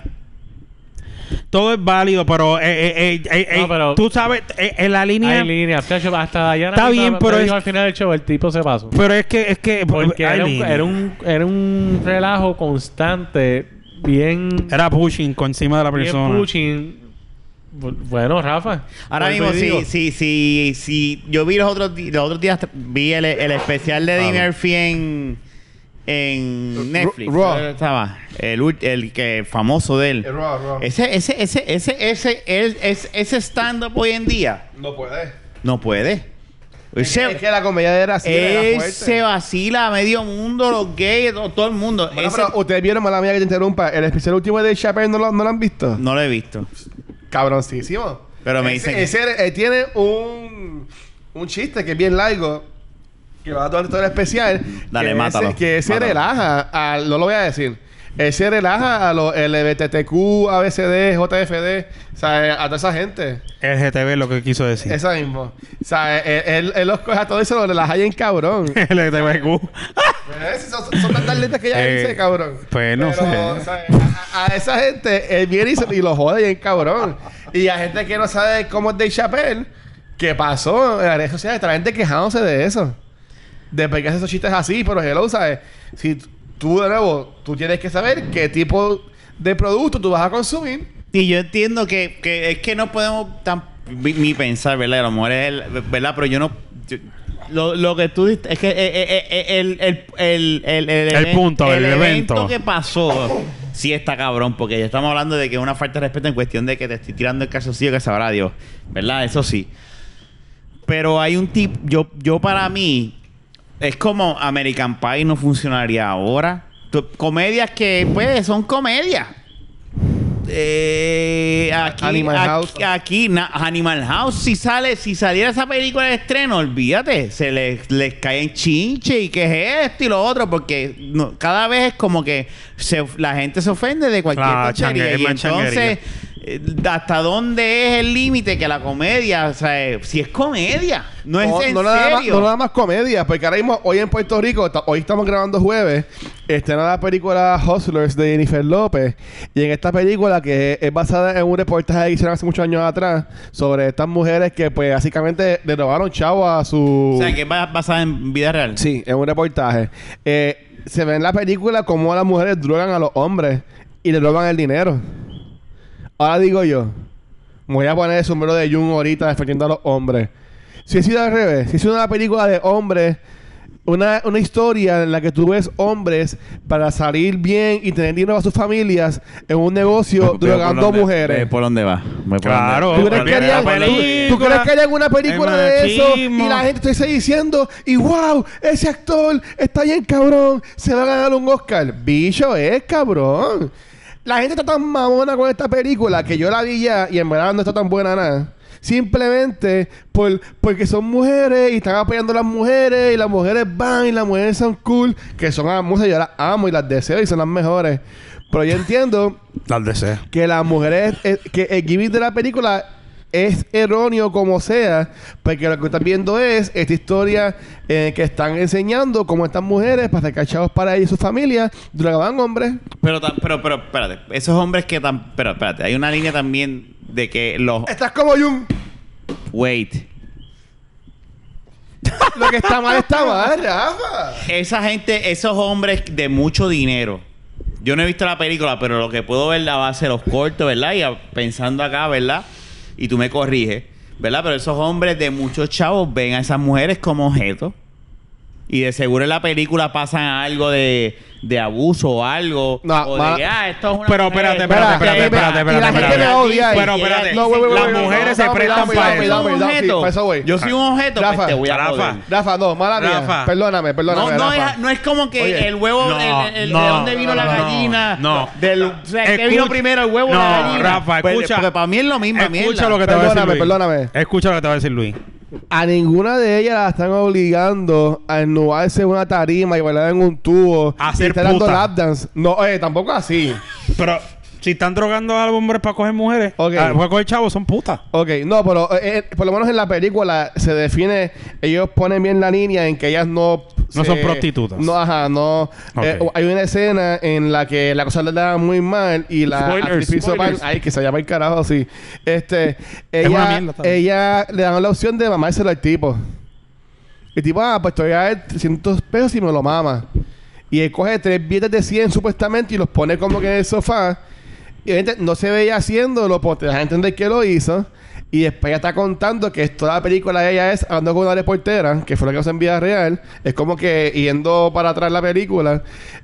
A: Todo es válido, pero, eh, eh, eh, eh,
D: No,
A: eh,
D: pero-
A: tú sabes, eh, eh, la línea,
D: hay líneas. chacho, hasta Dayana
A: Está
D: me
A: bien,
D: me
A: pero
D: dijo
A: es-
D: al final del show el tipo se pasó.
A: pero es que, es que,
D: Porque
A: hay
D: era un,
A: líneas.
D: era, un, era un relajo constante, bien,
A: Era pushing con encima de la
D: bien
A: persona.
D: pushing. Bu- Bueno, Rafa.
B: Ahora
D: vuelvo
B: mismo,
D: y digo.
B: sí, sí, sí, sí. Yo vi los otros, di- los otros días, vi el, el especial de Eddie Murphy en, en Netflix.
C: Raw.
B: Ahí Estaba. El, ult- el que famoso de él.
C: El Raw, Raw.
B: Ese, ese, ese, ese, ese, el- es- ese stand-up hoy en día
C: No puede.
B: no puede.
C: Es,
B: Ese-
C: es que la comedia era así.
B: él
C: era
B: se
C: fuerte.
B: vacila a medio mundo, los gays, todo, todo el mundo.
C: Bueno,
B: Ese-
C: pero ustedes vieron, mala mía, que te interrumpa. El especial último de Chappelle no lo, no lo han visto.
B: no lo he visto.
C: Cabroncísimo.
B: Pero me
C: Ese-
B: dicen-
C: Ese, eh, tiene un, un chiste que es bien largo. Que va a todo, todo el especial.
B: Dale,
C: que
B: mátalo,
C: Ese, que se
B: mátalo.
C: relaja. A, no lo voy a decir. Él se relaja a los LBTQ, ABCD, JFD. O sea, a toda esa gente.
A: El GTV es lo que quiso decir.
C: Eso mismo. O sea, él, él- él los coge a todos y se los relaja bien cabrón.
A: El GTVQ.
C: Pero esas son, son tantas letras que ella
A: Eh,
C: dice, cabrón.
A: pues, no
C: Pero,
A: sé.
C: ¿sabes? A, a esa gente, él viene y, se- y lo jode bien, cabrón. Y a gente que no sabe cómo es Dave Chappelle, ¿qué pasó en las redes sociales? Está la gente quejándose de eso. De por qué hace esos chistes así, pero hello, ¿sabes? Si t- tú, de nuevo, tú tienes que saber qué tipo de producto tú vas a consumir.
B: Y yo entiendo que, que es que no podemos tan mi, mi pensar, ¿verdad? A lo mejor es el- ¿verdad? Pero yo no yo- Lo, lo que tú diste es que eh, eh, eh, el, el, el, el,
A: El punto, el evento.
B: que pasó sí está cabrón, porque ya estamos hablando de que es una falta de respeto en cuestión de que te estoy tirando el calzoncillo que sabrá Dios, ¿verdad? Eso sí. Pero hay un tip, yo, yo para mí, es como American Pie no funcionaría ahora. Tú- Comedias que, pues, son comedias. Eh, aquí,
C: Animal
B: aquí-
C: House.
B: Aquí, na- Animal House, si sale, si saliera esa película de estreno, olvídate, se les, les caen chinche y que es esto y lo otro, porque no- cada vez es como que se- la gente se ofende de cualquier
A: Claro,
B: tontería.
A: changuería,
B: Y
A: más changuería.
B: entonces, eh, ¿hasta dónde es el límite que la comedia? O sea, eh, si es comedia, no es en
C: no nada más,
B: serio.
C: no nada más comedias, porque ahora mismo, hoy en Puerto Rico, ta- hoy estamos grabando jueves, estrena la película Hustlers de Jennifer López. Y en esta película, que es basada en un reportaje que hicieron hace muchos años atrás, sobre estas mujeres que, pues, básicamente le robaron chavo a su.
B: O sea, que es ba- basada en vida real.
C: Sí, es un reportaje. Eh, se ve en la película cómo las mujeres drogan a los hombres y le roban el dinero. Ahora digo yo, me voy a poner el sombrero de Jun ahorita defendiendo a los hombres. Si he sido al revés, si es una película de hombres, una, una historia en la que tú ves hombres para salir bien y tener dinero a sus familias en un negocio
B: Veo por
C: drogando
B: dónde-
C: mujeres.
B: veo por dónde va. veo por
A: Claro. eh,
B: dónde
C: ¿Tú
B: va.
C: crees, que
A: Volver a
C: harían,
A: la
C: tú- tú
A: película,
C: crees que harían una película
A: el
C: de eso y
A: machismo.
C: la gente esté diciendo, y wow, ese actor está bien cabrón, se va a ganar un Oscar? Bicho es cabrón. La gente está tan mamona con esta película que yo la vi ya y en verdad no está tan buena nada. Simplemente por, porque son mujeres y están apoyando a las mujeres y las mujeres van y las mujeres son cool, que son hermosas, yo las amo y las deseo y son las mejores. Pero yo entiendo
A: Las deseo.
C: que las mujeres, eh, que el gimmick de la película es erróneo como sea, porque lo que estás viendo es esta historia eh, que están enseñando cómo estas mujeres, para sacar chavos para ellas y sus familias, drogaban hombres.
B: Pero, tam- pero, pero, espérate. Esos hombres que tan... Pero, espérate. Hay una línea también de que los...
C: Estás como Jung.
B: Wait.
C: Lo que está mal está mal, Rafa.
B: Esa gente, esos hombres de mucho dinero. Yo no he visto la película, pero lo que puedo ver la base de los cortos, ¿verdad? Y a- pensando acá, ¿verdad? Y tú me corriges, ¿verdad? Pero esos hombres de muchos chavos ven a esas mujeres como objetos. Y de seguro en la película pasan algo de, de abuso o algo.
C: No,
B: o
C: ma-
B: de que, ah, esto es una
A: Pero
B: mujer.
A: espérate, espérate,
C: espérate, espérate, espérate,
B: Y la gente
C: espérate.
B: me odia ahí.
A: Pero espérate,
B: No,
C: güey, güey,
A: las
C: güey, güey,
A: mujeres
C: no,
A: se
C: no,
A: prestan
C: no,
A: para
C: no,
A: eso.
C: no, no, no, sí, para eso voy.
B: Yo soy un objeto,
C: Rafa,
B: pues te voy a
A: Rafa.
B: joder.
C: Rafa, no, mala mía.
A: Rafa.
C: Perdóname, perdóname.
B: No, no,
C: Rafa.
B: es, no es como que
C: Oye,
B: el huevo,
A: no,
B: el- el- el-
A: no,
B: de dónde vino la
A: no,
B: gallina.
A: no.
B: del, o sea, ¿qué
A: Escucha-
B: vino primero, el huevo o la
A: No,
B: gallina?
A: Rafa,
B: Pues,
A: escucha.
B: Porque para mí es lo mismo,
A: Escucha lo que te va a decir
C: Perdóname,
A: Luis.
C: perdóname.
A: Escucha lo que te va a decir Luis.
C: A ninguna de ellas la están obligando a ennudarse en una tarima y bailar en un tubo.
A: A
C: y
A: ser
C: estar dando
A: puta.
C: lap dance. No, oye, tampoco así.
A: Pero si están drogando a los hombres para coger mujeres,
C: Ok.
A: ah, para coger chavos, son putas.
C: Ok, no, pero eh, eh, por lo menos en la película se define, ellos ponen bien la línea en que ellas no...
A: No
C: se-
A: son prostitutas.
C: No, ajá, no.
A: Ok.
C: Eh, hay una escena en la que la cosa le da muy mal y la...
A: Spoilers,
C: actriz principal-
A: spoilers.
C: ay, que se llama el carajo, sí. Este,
A: una
C: ella,
A: mierda también.
C: ella le dan la opción de mamárselo al tipo. El tipo, ah, pues te voy a dar 300 pesos y me lo mama. Y él coge tres billetes de 100 supuestamente y los pone como que en el sofá. Y la gente no se veía haciéndolo, porque te das a entender que lo hizo. Y después ya está contando que toda la película de ella es hablando con una reportera, que fue lo que hizo en vida real. Es como que yendo para atrás la película.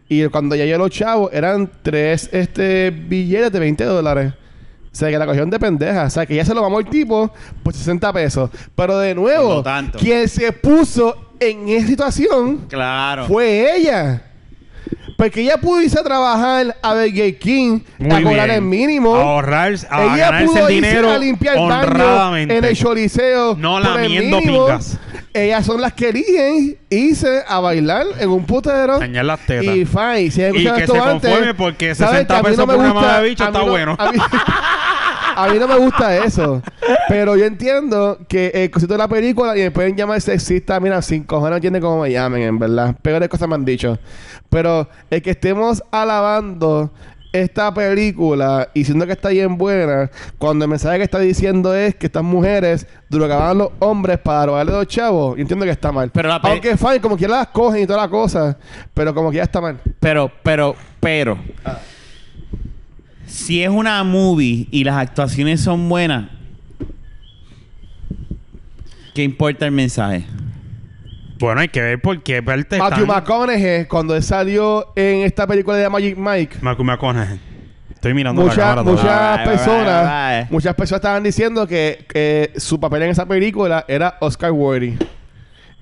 C: Y cuando ya llegó los chavos, eran tres este, billetes de 20 dólares. O sea, que la cogieron de pendeja. O sea, que ya se lo mamó el tipo por 60 pesos. Pero de nuevo,
B: No tanto.
C: quien se puso en esa situación
B: Claro.
C: fue ella. Porque ella pudo irse a trabajar a Burger King a cobrar el mínimo.
A: Ahorrar, a
C: ella
A: ganarse
C: pudo
A: el
C: irse
A: dinero
C: a limpiar el baño
A: honradamente.
C: en el choliseo.
A: No
C: por el
A: lamiendo
C: mínimo.
A: picas.
C: Ellas son las que eligen irse a bailar en un putero.
A: Dañar las tetas.
C: Y fine, si has
A: Y
C: escuchado
A: que
C: esto
A: se
C: antes,
A: conforme porque
C: sabes
A: 60
C: que a mí
A: pesos
C: me
A: por una
C: gusta-
A: mamá de bicho
C: a mí
A: está
C: no-
A: bueno.
C: a mí- a mí no me gusta eso. Pero yo entiendo que eh, el concepto de la película y me pueden llamar sexista. Mira, sin cojones no entiende cómo me llamen, en verdad. Peores cosas me han dicho. Pero el que estemos alabando esta película y diciendo que está bien buena, cuando el mensaje que está diciendo es que estas mujeres drogaban a los hombres para robarle a los chavos, yo entiendo que está mal.
B: Pero la pe-
C: Aunque fine, como quiera las cogen y todas las cosas, pero como quiera está mal.
B: Pero, pero, pero. Si es una movie y las actuaciones son buenas, ¿qué importa el mensaje?
A: Bueno, hay que ver por qué parte
C: Matthew
A: están-
C: McConaughey, cuando él salió en esta película de Magic Mike,
A: Matthew McConaughey. Estoy mirando la
C: muchas
A: cámara todavía.
C: muchas
B: Bye, bye,
C: personas
B: bye.
C: muchas personas estaban diciendo que, que su papel en esa película era Oscar worthy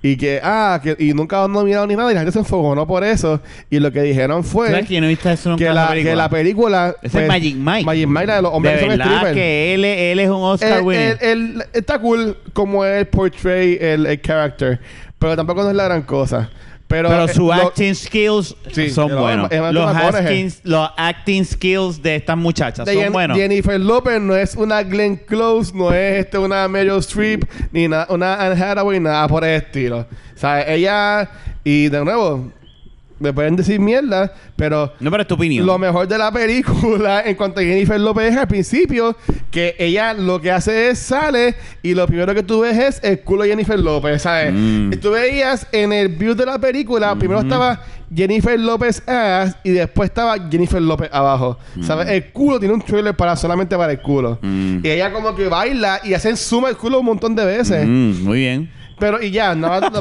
C: y que ah que, y nunca han nominado ni nada y la gente se enfogonó por eso y lo que dijeron fue
B: ¿Sabes que yo no he visto eso nunca
C: Pues, que
B: en
C: la,
B: película?
C: que la película
B: Ese es Magic Mike.
C: Magic Mike la de los hombres
B: de
C: que son
B: verdad
C: strippers.
B: que él, él es un
C: Él-
B: Oscar
C: él-
B: winner.
C: él- está cool como él portray el, el character pero tampoco no es la gran cosa pero,
B: Pero
C: eh,
B: su
C: lo-
B: acting skills
C: Sí,
B: son
C: es-
B: buenos.
C: es Matthew
B: Los
C: McConaughey.
B: acting, los acting skills de estas muchachas
C: de
B: son
C: Jen-
B: buenos.
C: Jennifer López no es una Glenn Close, no es este, una Meryl Streep, ni na- una Anne Hathaway, nada por el estilo. O sea, ella, y de nuevo, me pueden decir mierda, pero
B: no, pero es tu opinión.
C: lo mejor de la película en cuanto a Jennifer López es al principio que ella lo que hace es sale y lo primero que tú ves es el culo de Jennifer López, ¿sabes?
B: Mm.
C: Y Tú veías en el view de la película, primero estaba Jennifer López ass y después estaba Jennifer López abajo, ¿sabes? El culo tiene un trailer para solamente para el culo.
B: Mm.
C: Y ella como que baila y hacen suma el culo un montón de veces.
B: Mm, muy bien.
C: Pero y ya, no, no, no-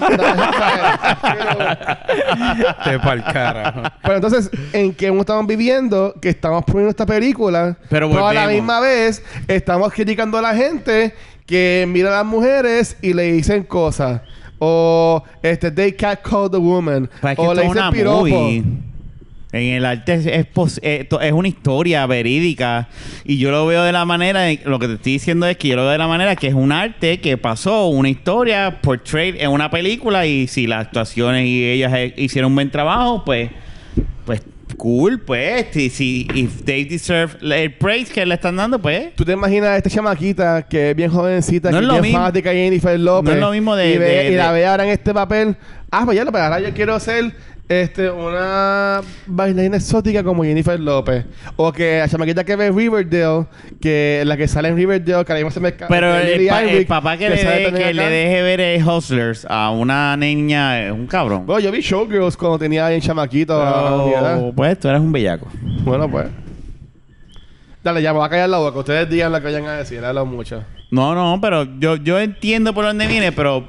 C: pero-
A: Te pa'l carajo.
C: Pero entonces, ¿en qué mundo estamos viviendo? Que estamos poniendo esta película,
B: Pero
C: a la
B: volvemos.
C: misma vez estamos criticando a la gente que mira a las mujeres y le dicen cosas. O este, they cat call the woman.
B: Pero Pues es que
C: o
B: esto
C: le
B: es
C: dicen
B: una
C: piropo.
B: movie. En el arte es, es pos- eh, to- es una historia verídica. Y yo lo veo de la manera, de- lo que te estoy diciendo es que yo lo veo de la manera que es un arte que pasó, una historia portrayed en una película. Y si las actuaciones y ellas eh, hicieron un buen trabajo, pues, pues cool, pues. Si, si if they deserve el praise que le están dando, pues.
C: ¿Tú te imaginas a esta chamaquita que es bien jovencita,
B: No
C: que
B: es lo
C: bien
B: mismo.
C: fanática de Jennifer López?
B: No es lo mismo de-
C: Y, ve-
B: de-
C: y la
B: de-
C: ve ahora en este papel. Ah, pues ya lo pero ahora yo quiero ser este, una bailarina exótica como Jennifer López. O que la chamaquita que ve Riverdale, que la que sale en Riverdale, que la misma se me escapa.
B: Pero
C: que
B: el,
C: Lily
B: pa- el
C: Irick,
B: papá que, le,
C: sale
B: dé-
C: también
B: que le
C: acá.
B: deje ver eh, Hustlers a una niña es un cabrón.
C: Bueno, Oh, yo vi Showgirls cuando tenía ahí en chamaquito. a mi edad.
B: Pero, pues tú eres un bellaco.
C: Bueno, pues. Dale, ya me voy a callar la boca. Ustedes digan lo que vayan a decir. Hablo mucho.
B: No, no, pero yo, yo entiendo por dónde viene, pero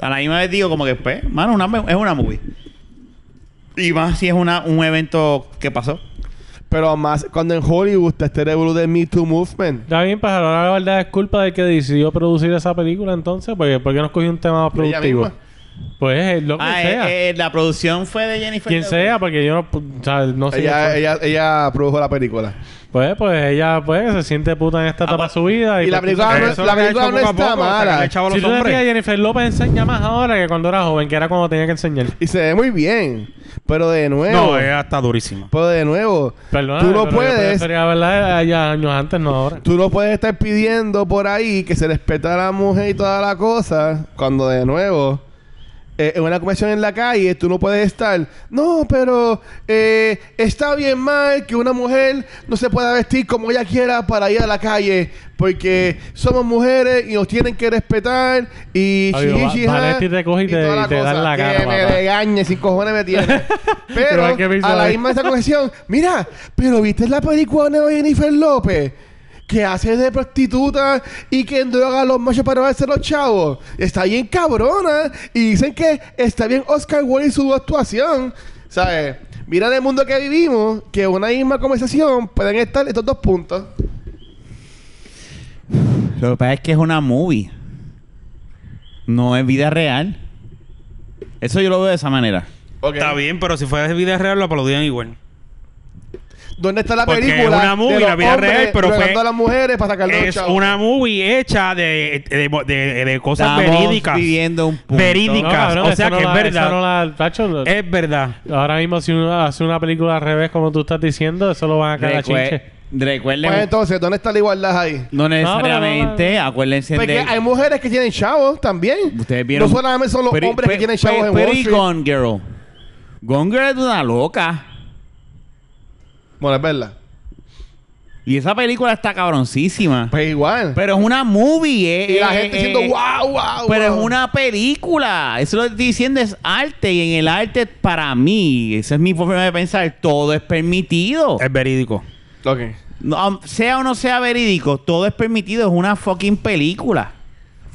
B: a la misma vez digo como que, pues, mano, una, es una movie. Y más si es una, un evento que pasó.
C: Pero más cuando en Hollywood está este revolú del Me Too Movement.
D: Está bien, pájaro. pues, Ahora la verdad es culpa del que decidió producir esa película entonces. Porque, ¿Por qué no escogió un tema más
C: Pero ella
D: productivo?
C: misma.
D: Pues eh, lo que
B: Ah,
D: sea.
B: eh, eh, la producción fue de
A: pues,
B: Jennifer.
D: Quien
B: Lopez.
D: sea, porque yo no, pu- o sea, no sé. quién
C: Ella,
D: fue.
C: ella, ella produjo la película.
D: Pues, pues ella pues, se siente puta en
A: Ah,
D: esta etapa de su vida.
C: y la
D: pues,
C: película Ah, no
D: tú-
C: es- la película no está mala.
D: Si tú decías, Jennifer López enseña más ahora que cuando era joven, que era cuando tenía que enseñar.
C: Y se ve muy bien. Pero de nuevo.
A: No, ella está durísima.
C: Pero de nuevo.
D: Perdona,
C: tú no
D: eh. pero yo
C: puedes.
D: prefería verla allá años antes, no ahora.
C: Tú no puedes estar pidiendo por ahí que se respeta a la mujer y toda la cosa. Cuando de nuevo. eh, en una conversación en la calle, tú no puedes estar. No, pero eh, está bien mal que una mujer no se pueda vestir como ella quiera para ir a la calle, porque somos mujeres y nos tienen que respetar. Y
D: Oye,
C: shi,
D: va-
C: shi, ja,
D: Vanetti te coge y te-
C: toda
D: y te da en la cara,
C: Que me
D: papá.
C: regañe, sin cojones me tiene.
D: Igual
C: pero
D: que Mirza
C: a la
D: Vázquez.
C: misma esta conversación, mira, pero viste la película de Jennifer López. Que hace de prostituta y que droga a los machos para robarse los chavos. Está bien cabrona. Y dicen que está bien Oscar Wilde y su actuación. ¿Sabes? Mira en el mundo que vivimos, que en una misma conversación pueden estar estos dos puntos.
B: Lo que pasa es que es una movie. No es vida real. Eso yo lo veo de esa manera.
C: Ok.
A: Está bien, pero si fuera de vida real lo aplaudían igual.
C: ¿Dónde está la
A: Porque
C: película?
A: es una movie,
C: de los
A: la vida
C: hombres
A: real, pero fue-
C: drogando a las mujeres para sacar los
A: Es
C: chavos.
A: una movie hecha de, de, de- de cosas
B: Estamos
A: verídicas.
B: viviendo un punto.
A: Verídica. o
D: esa
A: sea que
D: no
A: es
D: la-
A: verdad. Eh.
D: esa no la- tacho,
A: Es verdad.
D: Ahora mismo, si uno hace una película al revés, como tú estás diciendo, eso lo van a caer
B: Recue-
D: a chinche.
B: recuerden,
C: Pues entonces, ¿dónde está la igualdad ahí?
B: no necesariamente, acuérdense
D: Pues,
C: Porque
B: de...
C: hay mujeres Pues que tienen chavos también.
B: Ustedes vieron.
C: No solamente son los
B: Pero-
C: hombres que
B: pero-
C: tienen chavos
B: pero-
C: en Wall
B: pero y
C: Street.
B: Gone Girl. Gone Girl es una loca.
C: Bueno, es verdad.
B: Y esa película está cabroncísima.
C: Pues igual.
B: Pero es una movie, eh.
C: y la
B: eh,
C: gente
B: eh,
C: diciendo
B: eh,
C: wow, wow.
B: Pero
C: wow".
B: es una película. Eso lo que estoy diciendo es arte. Y en el arte, para mí, esa es mi forma de pensar, todo es permitido.
C: Eh.
A: Es verídico.
C: Ok. Pues
B: No, am- sea o no sea verídico, todo es permitido. Es una fucking película.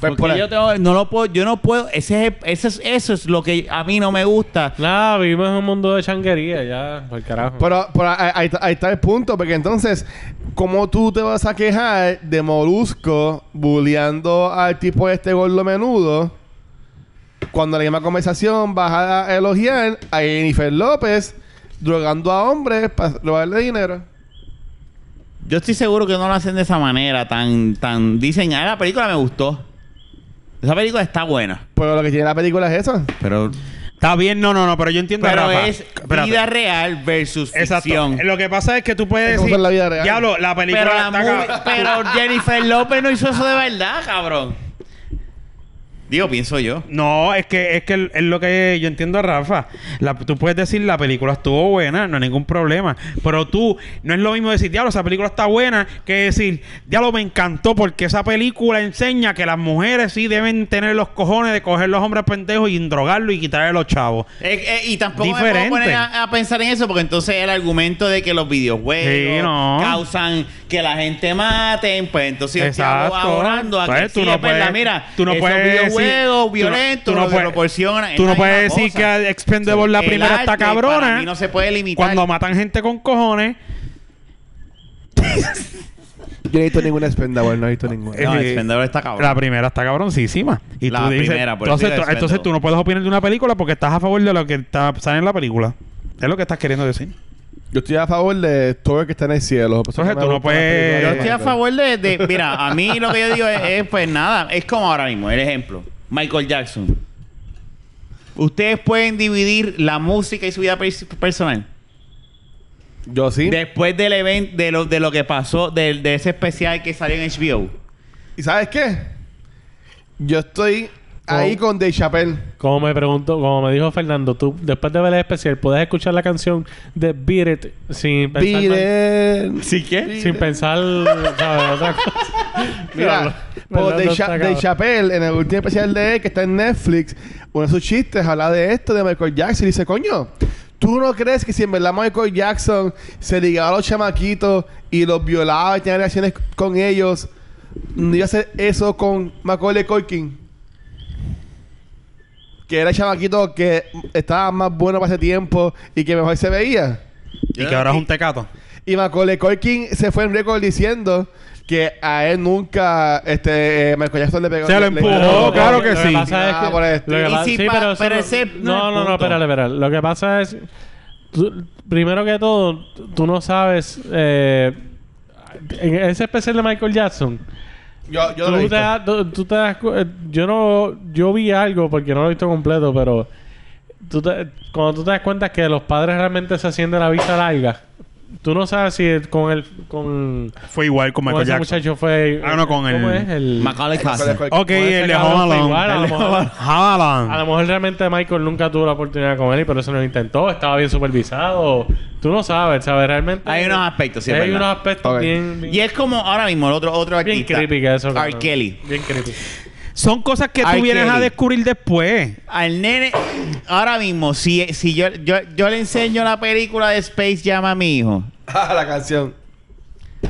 C: Pues
B: Porque
C: por ahí.
B: yo tengo- no lo puedo, yo no puedo, ese es, ese es- eso es lo que a mí no me gusta.
D: Nada, vivimos en un mundo de changuería ya, por carajo.
C: Pero, pero ahí, ahí- ahí está el punto, porque entonces, ¿cómo tú te vas a quejar de Molusco bulleando al tipo este gordo menudo? Cuando la misma conversación vas a elogiar a Jennifer López drogando a hombres para robarle dinero.
B: Yo estoy seguro que no lo hacen de esa manera, tan, tan, dicen, ah, la película me gustó. Esa película está buena.
C: Pero lo que tiene la película es eso.
B: Pero,
A: Está bien, no, no, no, pero yo entiendo a
B: pero
A: Rafa.
B: es
A: Espérate.
B: vida real versus
A: Exacto.
B: ficción.
A: Lo que pasa es que tú puedes
C: Es como
A: decir.
C: en la vida real.
A: Diablo, la película.
B: Pero, la
A: está
B: movie-
A: acá".
B: pero Jennifer López no hizo eso de verdad, cabrón. Digo, pienso yo.
A: No, es que es que es lo que yo entiendo a Rafa. La- tú puedes decir la película estuvo buena, no hay ningún problema. Pero tú, no es lo mismo decir, diablo, esa película está buena, que decir, diablo, me encantó porque esa película enseña que las mujeres sí deben tener los cojones de coger los hombres pendejos y drogarlos y quitarle los chavos.
B: Eh, eh, y tampoco me
A: Diferente.
B: puedo poner a, a pensar en eso porque entonces el argumento de que los videojuegos
A: Sí, no.
B: causan que la gente maten, pues entonces yo estoy
A: Exacto.
B: abogando a que
A: Entonces, tú
B: sí,
A: no
B: es verdad,
A: puedes-
B: mira,
A: tú no
B: esos
A: puedes decir-
B: videojuegos
A: tú no-
B: violentos
A: tú no
B: lo que
A: puedes-
B: proporcionan, es
A: Tú
B: la
A: no puedes
B: misma
A: decir
B: cosa.
A: que Expendables la
B: El
A: primera está
B: arte,
A: cabrona.
B: Para mí no se puede limitar.
A: Cuando matan gente con cojones.
C: Yo no he visto ninguna espenda, bueno, no he visto ninguna.
A: Eh,
B: No,
A: Sí.
B: Expendables está cabrón.
A: La primera está cabroncísima. Y
B: La
A: tú dices,
B: primera, por
A: entonces,
B: eso
A: tú,
B: digo
A: entonces tú no puedes opinar de una película porque estás a favor de lo que está, sale en la película. Es lo que estás queriendo decir.
C: Yo estoy a favor de todo el que está en el cielo. Por eso
A: Jorge,
C: que me
A: tú no
C: gusta
A: puedes-
C: la película.
B: Yo estoy a favor de, de- Mira, a mí lo que yo digo es, es, pues nada, es como ahora mismo, el ejemplo. Michael Jackson. Ustedes pueden dividir la música y su vida pers- personal.
C: Yo sí.
B: Después del evento, de lo, de lo que pasó, de, de ese especial que salió en HBO.
C: ¿Y sabes qué? Yo estoy ahí con Dave Chappelle.
D: Como me preguntó, como me dijo Fernando, tú después de ver el especial, puedes escuchar la canción de Beat It sin pensar.
C: Beat it.
B: ¿Sí qué?
D: Sin pensar, ¿sabes? Otra cosa. Diablo.
C: Mira, por
D: Fernando
C: Dave,
D: está
C: Cha- Dave
D: cabrón.
C: Chappelle, en el último especial de él que está en Netflix, uno de sus chistes habla de esto, de Michael Jackson, y dice, coño, ¿tú no crees que si en verdad Michael Jackson se ligaba a los chamaquitos y los violaba y tenía relaciones con ellos, no iba a hacer eso con Macaulay Culkin? Que era el chamaquito que estaba más bueno para ese tiempo y que mejor se veía.
A: Y que ahora es un tecato.
C: Y Macaulay Culkin se fue en récord diciendo que a él nunca este eh, Michael Jackson le pegó.
A: Se lo
C: le-
A: empujó,
C: le-
A: Oh, claro que
D: lo
A: sí.
D: pasa es
C: Ah,
D: que-
C: por esto.
D: lo que
B: Y
D: pasa-
B: si
D: sí,
B: pa-
D: pero eso
B: pero
D: no-
B: ese no
D: no,
B: es
D: no, no,
B: punto.
D: espérale, espérale. Lo que pasa es, tú- primero que todo, tú no sabes, eh, en ese especial de Michael Jackson,
C: Yo, yo
D: tú
C: lo he
D: te
C: visto.
D: das- tú- tú te das cu- eh, yo no, yo vi algo porque no lo he visto completo, pero tú te- cuando tú te das cuenta que los padres realmente se ascienden la vista larga, tú no sabes si el- con el, con,
A: Fue igual con
D: con
A: Michael
D: ese
A: Jackson.
D: muchacho fue,
A: Ah, no, con el-
D: ¿cómo es? el
B: Macaulay Culkin.
C: Macaulay Culkin.
A: Ok,
D: Con ese
A: el de
D: cabrón
A: Home
D: fue
A: Alone.
D: igual, a lo
A: El de
D: mejor.
A: Home Alone.
D: A lo mejor realmente Michael nunca tuvo la oportunidad con él y por eso no lo intentó. Estaba bien supervisado. Tú no sabes, ¿sabes? Realmente.
B: Hay unos aspectos, sí, es
D: Hay
B: verdad.
D: unos aspectos
C: Ok.
D: bien. bien
B: Y es como ahora mismo el otro, otro
D: bien
B: artista.
D: creepy que eso.
B: R.
D: cabrón.
B: Kelly.
D: Bien creepy.
A: Son cosas que
B: Ay,
A: tú vienes
B: Kelly.
A: a descubrir después.
B: Al nene, ahora mismo, si, si yo, yo, yo le enseño la película de Space Jam a mi hijo,
C: Ah, la canción.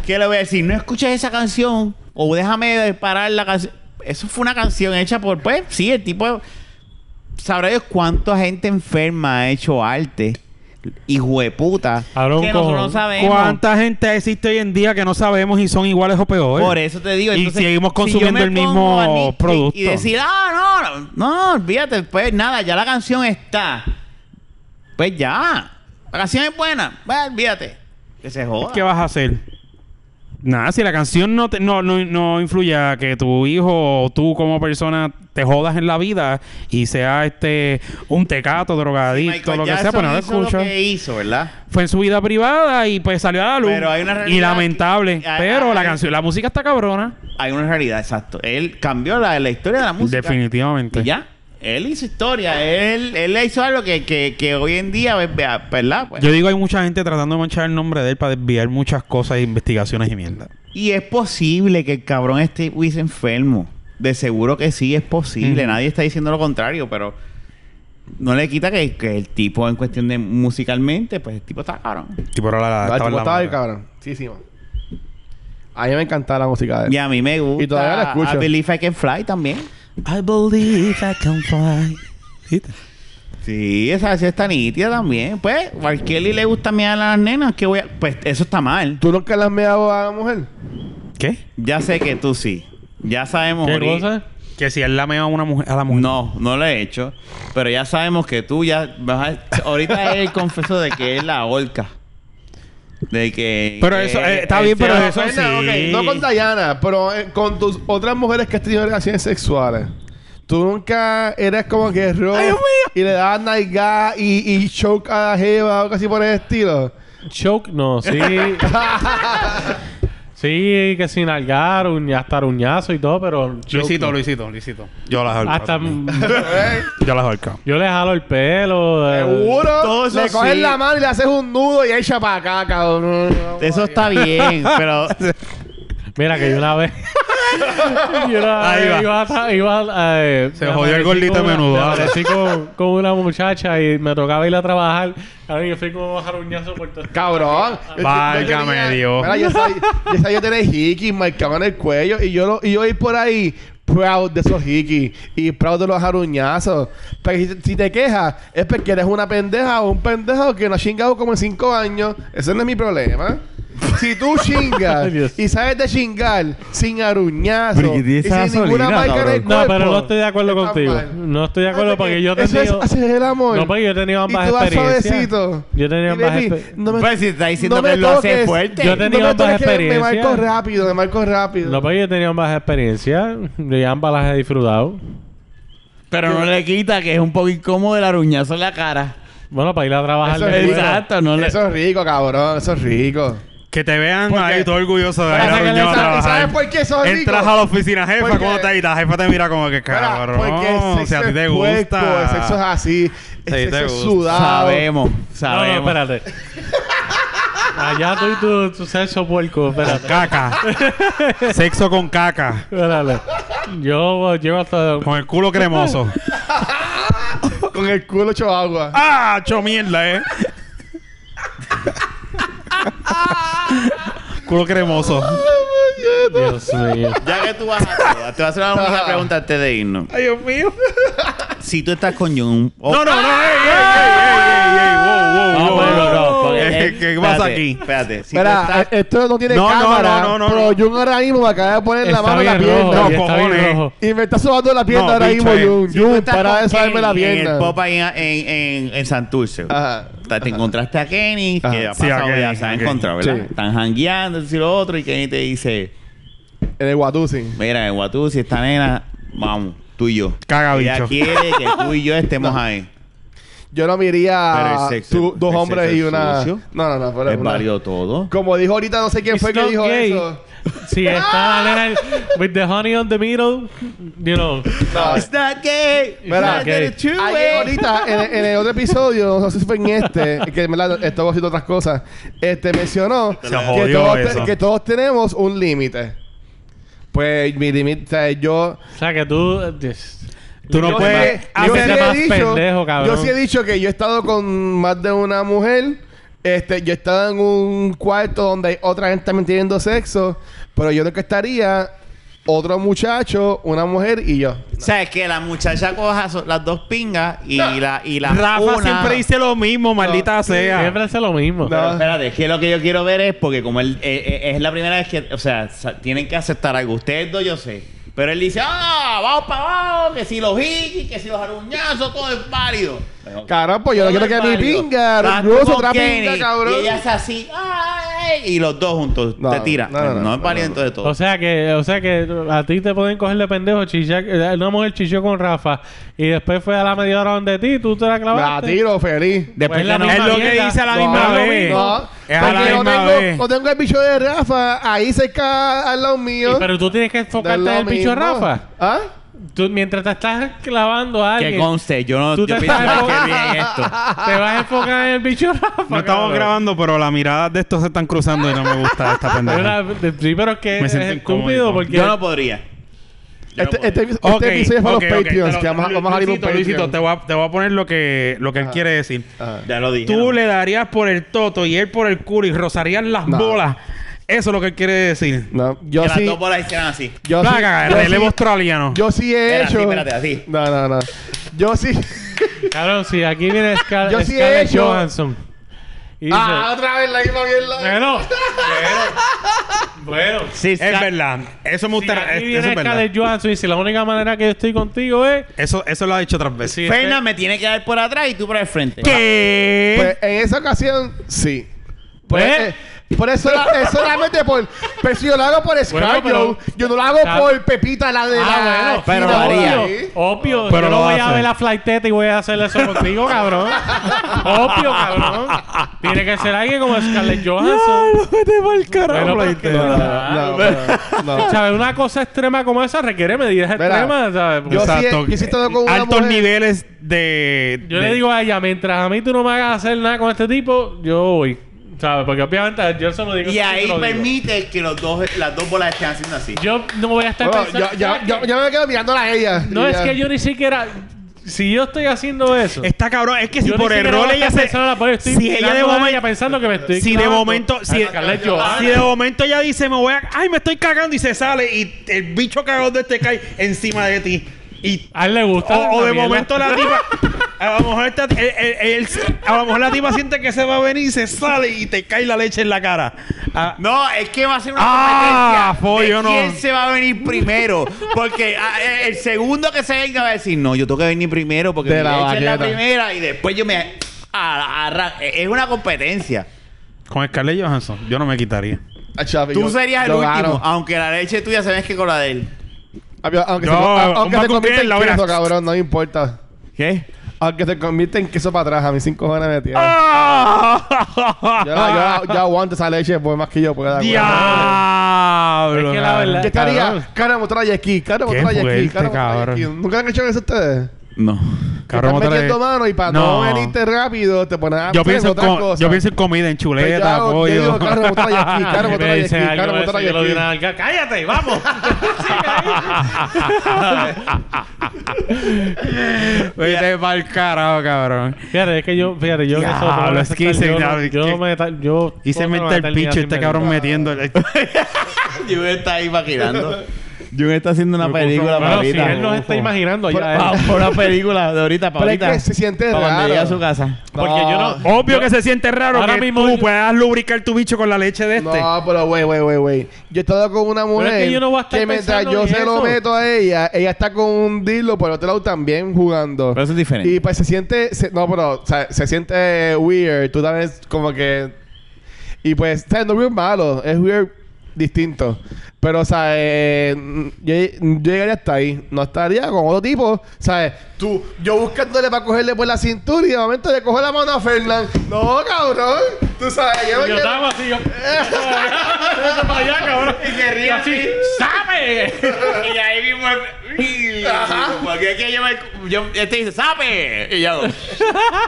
B: ¿Qué le voy a decir? No escuches esa canción. O déjame de parar la canción. Eso fue una canción hecha por, pues, sí, el tipo. Sabrá Dios cuánta gente enferma ha hecho arte. Hijo de puta.
D: Cabrón,
B: que nosotros
D: cojón.
B: no sabemos.
A: ¿Cuánta gente existe hoy en día que no sabemos si son iguales o peores?
B: Por eso te digo.
A: Y
B: entonces,
A: seguimos
B: si yo
A: consumiendo
B: me
A: el
B: pongo
A: mismo
B: a Nick
A: producto.
B: Y decir, ah, no, no, no, olvídate, pues nada, ya la canción está. Pues ya. La canción es buena. Pues olvídate. Que se joda.
A: ¿Qué vas a hacer? Nada, si la canción no, te- no, no, no influye a que tu hijo o tú como persona te jodas en la vida y sea este un tecato, drogadicto,
B: Michael
A: lo que sea,
B: Jackson
A: pues no la
B: hizo lo
A: escucha.
B: que hizo, ¿verdad?
A: Fue en su vida privada y pues salió a la luz.
B: Pero hay una realidad
A: y lamentable.
B: que- hay-
A: pero
B: hay-
A: la canción, la música está cabrona.
B: Hay una realidad, exacto. Él cambió la, la historia de la música.
A: Definitivamente.
B: Y ya. Él hizo historia. Él, él hizo algo que, que, que hoy en día, ve- ve- ¿verdad? Pues,
A: Yo digo, hay mucha gente tratando de manchar el nombre de él para desviar muchas cosas, e investigaciones y mierda.
B: Y es posible que el cabrón esté estuviese enfermo. De seguro que sí, es posible.
A: Mm.
B: Nadie está diciendo lo contrario, pero no le quita que, que el tipo, en cuestión de musicalmente, pues el tipo está cabrón.
A: Tipo, ahora la-
C: Ah,
A: estaba
C: el
A: en
C: tipo
A: la
C: estaba ahí,
A: madre.
C: cabrón. Sí, sí, man. A mí me encantaba la música de él.
B: Y a mí me gusta.
C: Y todavía la escucho.
B: I Believe I Can Fly también.
E: I believe I can fly. ¿Viste?
B: Sí, esa sí está nítida también. Pues, a Kelly le gusta mirar a las nenas. Que voy a... Pues eso está mal.
C: ¿Tú nunca le has meado a la mujer?
E: ¿Qué?
B: Ya sé que tú sí. Ya sabemos.
D: ¿Qué
B: Ori-
D: cosa?
A: Que si él la mea a una mujer, a la mujer.
B: No, no lo he hecho. Pero ya sabemos que tú ya. vas a- Ahorita él confesó de que es la orca. De que.
A: Pero eso, eh, está
B: él
A: bien,
B: se
A: pero
B: va-
A: eso
C: Bueno,
A: sí.
C: ok, No con Dayana, pero eh, con tus otras mujeres que has tenido relaciones sexuales. Tú nunca eres como que rock y le dabas night y, y choke a la jeva o casi por el estilo.
D: Choke, no, sí. sí, que sin algar, uñ- hasta aruñazo y todo, pero. choke
A: Luisito,
D: no.
A: Luisito, Luisito. Yo las ahorco.
D: Hasta.
C: ¿Eh?
A: Yo las ahorco.
D: yo le jalo el pelo. eh,
B: todo
C: Seguro,
B: eso
C: le coges
B: sí.
C: la mano y le haces un nudo y echa para acá, cabrón.
B: Eso está bien, pero.
D: Mira, que yo una vez. yo una
A: Ahí
D: vez
A: va.
D: iba a- iba a- eh,
A: Se
D: me
A: jodió el
D: aparecí
A: gordito
D: con una-
A: menudo,
D: me
A: ahora.
D: aparecí con, con una muchacha y me tocaba ir a trabajar. Cabrón, yo fui como jaruñazo por todo.
C: Cabrón.
A: Válgame
C: Yo tenía-
A: Dios.
C: Mira, yo sabía, yo sabía yo tenía hikis marcado en el cuello y yo, lo, y yo ir por ahí proud de esos hikis y proud de los aruñazos. Pero si, si te quejas, es porque eres una pendeja o un pendejo que no ha chingado como en cinco años. Ese no es mi problema. Si tú chingas
D: Ay, Dios.
C: y sabes de chingar sin aruñazo
E: Pero, ¿y qué tiene
C: y sin
E: esa
C: ninguna
E: gasolina,
C: marca en el
D: No,
C: cuerpo,
D: pero no estoy de acuerdo
C: está
D: contigo.
C: mal.
D: No estoy de acuerdo
C: Eso
D: porque
C: es-
D: yo he
C: Eso es
D: tenido.
C: hacer el amor.
D: No, porque yo he tenido ambas
C: y tú vas
D: experiencias.
C: suavecito.
D: Yo he tenido
C: Y,
D: ambas
C: baby,
D: experiencias.
C: no me-
B: Pues si está diciendo
C: no
B: que
C: me
B: él lo hace
C: toques.
B: fuerte.
D: Yo he tenido
C: me
D: ambas
C: toques que
D: experiencias.
C: Me marco rápido, me marco rápido.
D: No, pero yo he tenido ambas experiencias y ambas las he disfrutado.
B: Pero no le quita que es un poco incómodo el aruñazo en la cara.
D: Bueno, para ir a trabajar
C: Eso es
D: después.
C: verdad.
B: Exacto, no le.
C: Eso es rico, cabrón. Eso es rico.
A: Que te vean
C: ¿Por
A: ahí
C: qué?
A: todo orgulloso de
C: Pero
A: haber
C: ¿sabes qué le-
A: arruinado a
C: sabes-
A: trabajar.
C: sabes por qué eso es
A: Entras
C: rico?
A: a la oficina, jefa,
C: Porque-
A: ¿cómo te y La jefa te mira como que
C: Mira,
A: cabrón.
C: porque el
A: si a
C: sexo
A: ti te
C: es
A: gusta.
C: puerco, el sexo es así. El
A: Sí, te
C: sexo es
A: gusta.
C: sudado.
B: Sabemos,
D: No, no,
B: sabemos.
D: espérate. Allá tú y tu, tu sexo puerco, espérate.
A: Caca. sexo con caca.
D: espérate. Yo eh, llego hasta.
A: Con el culo cremoso.
C: Con el culo hecho agua.
A: ¡Ah! ¡Cho mierda, eh! culo cremoso.
D: Dios mío.
B: ya que tú vas a todas, te voy a hacer una única pregunta antes de irnos.
A: ¡Ay, Dios mío!
B: Si tú estás con oh, un.
C: Oh.
A: No, no, no. ¡Ey, ey, ey, ey, ey! ¡Wow, wow,
B: No,
A: wow!
B: bueno, no. porque-
A: Eh, ¿Qué pasa
B: espérate,
A: aquí?
B: Espérate. Si tú
C: Mira,
B: estás-
C: eh, esto no tiene
A: No, no,
C: cámara.
A: no, no, no,
C: pero
A: no.
C: Jun ahora mismo me acaba de poner la
D: Está
C: mano en la
D: bien
C: pierna.
D: rojo.
A: No,
D: y está
A: cojones.
D: bien rojo.
C: Y me está sobando la pierna
A: No,
C: ahora mismo,
A: bicho, eh.
C: Jun.
A: Si
B: tú
C: Jun,
B: estás
C: para
B: con
C: de sobarme la
B: Kenny en
C: pierna.
B: el pop ahí en, en, en Santurce.
C: Ajá.
B: Te encontraste a Kenny,
C: Ajá.
B: que ha
A: Sí, a
B: pasado,
A: Kenny,
B: ya se
A: a
B: han
A: Kenny.
B: encontrado, ¿verdad?
C: Sí.
B: Están jangueando, esto y lo otro, y Kenny te dice,
C: En el guatusi.
B: mira, en Guatú, si esta nena, vamos, tú y yo.
A: Caga,
B: Ella
A: bicho.
B: quiere que tú y yo estemos ahí.
C: Yo no me
B: Pero
C: iría
B: el
C: a
B: sexo-
C: tú- dos
B: el
C: hombres
B: sexo
C: y
B: es
C: una.
B: sucio.
C: No, no, no. pero
B: Es
C: una-
B: válido todo.
C: Como dijo ahorita, no sé quién
D: It's
C: fue que
D: not
C: dijo
D: gay.
C: eso.
D: Sí, está la nena with the honey on the middle, you know.
C: No,
B: It's not gay. It's
C: Mira,
B: not gay. It's two
C: Ayer,
B: way.
C: ahorita, en, el- en el otro episodio, no sé si fue en este, que en verdad estaba haciendo otras cosas, este mencionó que
A: jodió
C: todos, te-
A: eso.
C: que todos tenemos un límite. Pues mi límite, o sea, yo.
D: O sea, que tú... eh, yes.
A: Tú no
C: yo
A: puedes
D: Pues,
C: sí- yo
A: hacer
C: sí
D: más
C: he dicho,
D: pendejo, cabrón.
C: Yo sí he dicho que yo he estado con más de una mujer. Este, yo he estado en un cuarto donde hay otra gente también teniendo sexo, pero yo nunca estaría otro muchacho, una mujer y yo.
B: O sea, es que la muchacha coja so- las dos pingas y la y la
A: Rafa
B: una-
A: siempre dice lo mismo, maldita sea.
D: Siempre hace lo mismo.
C: No.
B: Pero espérate, es que lo que yo quiero ver es porque como él eh, eh, es la primera vez que, o sea, sa- tienen que aceptar algo. Ustedes dos yo sé. Pero él dice, ah, vamos para abajo, que si los higgy, que si los aruñazos, todo es válido.
C: Cabrón, pues yo no
B: Todo
C: quiero
B: es
C: que mi
B: válido.
C: pinga,
B: Estás tú
C: rugoso,
B: con
C: otra pinga,
B: Kenny,
C: cabrón.
B: Y ella es así, ay, y los dos juntos
C: No,
B: te tiran.
C: no, no,
B: No,
C: no,
B: es válido
C: no,
B: entonces todo.
D: O sea que, o sea que a ti te pueden coger de pendejo chichar, eh, una mujer chichó con Rafa y después fue a la media hora donde ti, tú te la
C: La
D: clavaste.
C: tiro feliz.
D: Después la
A: Es
D: misma
A: lo que
D: mierda.
A: dice a la
D: No,
A: misma
D: no,
A: vez.
C: No,
A: Es a la
C: porque no
A: misma
C: tengo,
A: vez.
C: no tengo el bicho de Rafa ahí cerca al lado mío.
D: Pero tú tienes que
C: No es
D: enfocarte en
C: lo
D: el bicho
C: mismo.
D: Rafa.
C: ¿Ah?
D: Tú, mientras te estás clavando a
B: que
D: alguien,
B: conste, yo no
D: tú te
B: yo pienso
D: estás
B: que
D: enfocando-
B: bien esto.
D: te vas a enfocar en el bicho Rafa.
A: No estamos
D: cabrón.
A: grabando, pero las miradas de estos se están cruzando y no me gusta esta
D: Es
A: pendeja.
D: una- de- Sí, pero es que
A: Me
D: es
A: siento
D: estúpido
A: incómodo.
D: porque...
B: Yo no podría. Yo no
C: Este, este, este
A: Ok,
C: episodio es para
A: ok,
C: los
A: ok,
C: Patreons,
A: pero
C: que vamos, vamos a abrir un
A: Luisito, Luisito,
C: Patreon.
A: te voy a, te voy a poner lo que, lo que él quiere decir.
C: Ah.
B: Ya lo dije.
A: Tú
B: ¿no?
A: le darías por el toto y él por el culo y rozarían las
C: No.
A: bolas Eso es lo que él quiere decir.
C: No, yo
B: que las
C: sí.
B: dos bolas hicieran así.
C: Yo sí,
A: Plaga,
C: yo
A: relevo
C: sí,
A: australiano.
C: yo sí he
B: Espérate,
C: hecho.
B: espérate, así.
C: No, no, no. Yo sí.
D: Cabrón, si aquí viene Scar
C: Yo sí he
D: Scarlett
C: hecho-
D: Johansson. Y dice,
C: ah, otra vez la misma mierda.
D: bueno, bueno, bueno.
B: Sí,
A: Es verdad. Eso me
D: Si
A: gusta.
D: aquí
A: es-
D: viene
A: eso es verdad.
D: Scarlett Johansson y dice, la única manera que yo estoy contigo es...
A: Eso, eso lo ha dicho otras veces.
D: si este-
B: Fernan me tiene que dar por atrás y tú por el frente.
A: ¿Qué? Pues,
C: Pues en esa ocasión, sí. Por,
D: ¿Ves?
C: eh, por eso, la, es solamente por. Pero si yo lo hago por Scarjo,
D: pero-
C: yo no lo hago
D: Ah.
C: por Pepita, la de la.
D: Ah, bueno,
B: pero
C: esquina,
B: lo haría.
C: por
D: obvio,
C: ahí.
D: obvio.
A: Pero
D: yo
A: lo
D: no voy a
A: hace.
D: ver la flight teta y voy a hacerle eso contigo, cabrón. obvio, cabrón. Tiene que ser alguien como Scarlett Johansson. pues, Bueno, pero es que-
C: No, no, no, no.
D: ¿Sabes? Una cosa extrema como esa requiere medidas
C: Mira,
D: extremas, ¿sabes? Porque
C: yo sí-
A: Exacto.
C: yo sí he estado con una
A: Altos
C: mujer.
A: niveles de.
D: Yo
A: de-
D: le digo a ella, mientras a mí tú no me hagas hacer nada con este tipo, yo voy. ¿Sabes? Porque obviamente yo se lo digo.
B: Y
D: eso se
B: ahí
D: lo digo.
B: permite que los dos, las dos bolas estén haciendo así.
D: Yo no voy a estar
C: Bueno,
D: pensando-
C: yo, yo, yo, yo me quedo mirándola a ella.
D: No,
C: Y
D: es
C: ya.
D: que yo ni siquiera... Si yo estoy haciendo eso...
A: Está cabrón. Es que si
D: yo ni
A: por
D: siquiera
A: error
D: voy a
A: ella
D: estar
A: se.
D: pensando en la pared, estoy
A: Si ella de
D: mirando a
A: momento.
D: pensando que me estoy Ah,
A: Si de
D: clavando
A: momento.
D: a
A: Si,
D: Scarlett Johansson.
A: si de momento ella dice, me voy a. Ay, me estoy cagando y se sale y el bicho cagón de este cae encima de ti. Y
D: A él le gusta.
A: O, o
D: esa
A: de
D: mierda.
A: momento la tipa. A lo, mejor esta- el- el- el- a lo mejor la tipa siente que se va a venir y se sale y te cae la leche en la cara. Ah,
B: No, es que va a ser una
A: Ah,
B: competencia
A: follo,
B: de
A: no.
B: ¿Quién se va a venir primero? Porque ah, eh, el segundo que se venga va a decir, no, yo tengo que venir primero porque
C: De
B: mi
C: la
B: leche es la
C: baqueta.
B: primera y después yo me... a- arra- eh, es una competencia.
A: con Scarlett Johansson, yo no me quitaría.
C: Ah, chavi,
B: Tú
C: yo-
B: serías el
C: yo
B: último,
C: gano.
B: aunque la leche tuya se mezcle con la de él.
C: Aunque- Aunque se,
A: No,
C: co- aunque se
A: un
C: convierta
A: vacuquero,
C: en
A: la verás.
C: queso, cabrón, no me importa.
B: ¿Qué?
C: Aunque se convierta en queso para atrás, a mis cinco jóvenes me tienen.
A: Ah.
C: Ah. Yo, yo- yo aguanto esa leche por más que yo pueda. güey.
A: ¡Diablo!
D: Es que la verdad-
C: ¿Qué
D: Cabrón.
C: estaría? Cara motora aquí, cara
A: Qué
C: motora aquí,
A: fuerte,
C: cara motora aquí.
A: cabrón.
C: ¿Nunca han hecho eso ustedes?
B: No.
C: Que
A: Cabrón,
C: estás
A: otra vez.
C: metiendo mano y para no.
A: No.
C: venirte rápido te pones a
A: Yo
C: hacer
A: pienso, en
C: otra
A: co-
C: cosa.
A: yo pienso en comida, en
C: Pues yo
A: chuleta,
C: hago- yo digo,
A: pollo.
C: cara motora aquí, cara
D: Y
C: motora
D: me
C: aquí,
D: dicen
C: cara
D: algo de eso,
C: motora
D: yo le doy
C: aquí.
D: una nalga, ¡Cállate! ¡Vamos!
A: Vete pa'l carajo, cabrón.
D: fíjate, es que yo... Fíjate, yo...
A: Diablo,
D: eso no me voy a
A: es que
D: aceptar,
A: hice-
D: yo,
A: ya,
D: no- yo
A: que-
D: no me... tal- Yo...
A: Y se
D: no me
A: mete
D: voy a
A: el
D: tal ni
A: pinche
D: así
A: este
D: me-
A: cabrón metiendo. el-
B: Yo me estaba imaginando. Yo me está haciendo una película
D: Bueno,
B: para
D: si
B: ahorita.
D: él nos está imaginando ya...
B: Pa-
D: él-
B: pa- una película de ahorita para
C: Pero es
B: ahorita.
C: que se siente
B: Pa' cuando llegue a su
C: raro.
B: casa.
D: Porque yo no...
A: Obvio que se siente raro
D: Ahora
A: que
D: mismo
A: tú
D: yo-
A: puedas lubricar tu bicho con la leche de este.
C: No, pero güey, güey, güey, güey. Yo he estado con una mujer
D: que yo no voy a estar
C: que mientras
D: pensando
C: yo
D: en
C: se lo
D: eso.
C: meto a ella, ella está con un dilo por el otro lado también jugando.
B: Pero eso es diferente.
C: Y pues se siente, se- no, pero o sea, se siente weird. Tú también es como que y pues, o sea, no es weird malo, es weird distinto. Pero, o sea, eh, yo, yo llegaría hasta ahí. No estaría con otro tipo, ¿sabes? Tú, yo buscándole para cogerle por la cintura y de momento le cojo la mano a Fernán. No, cabrón. Tú sabes, yo,
D: Yo
C: yo-
D: estaba así, yo... Vete para allá, cabrón. Y que ríe así. ¡Sabe!
B: Y ahí mismo. y- Porque aquí yo me. Yo, este dice, ¡sape! Y yo.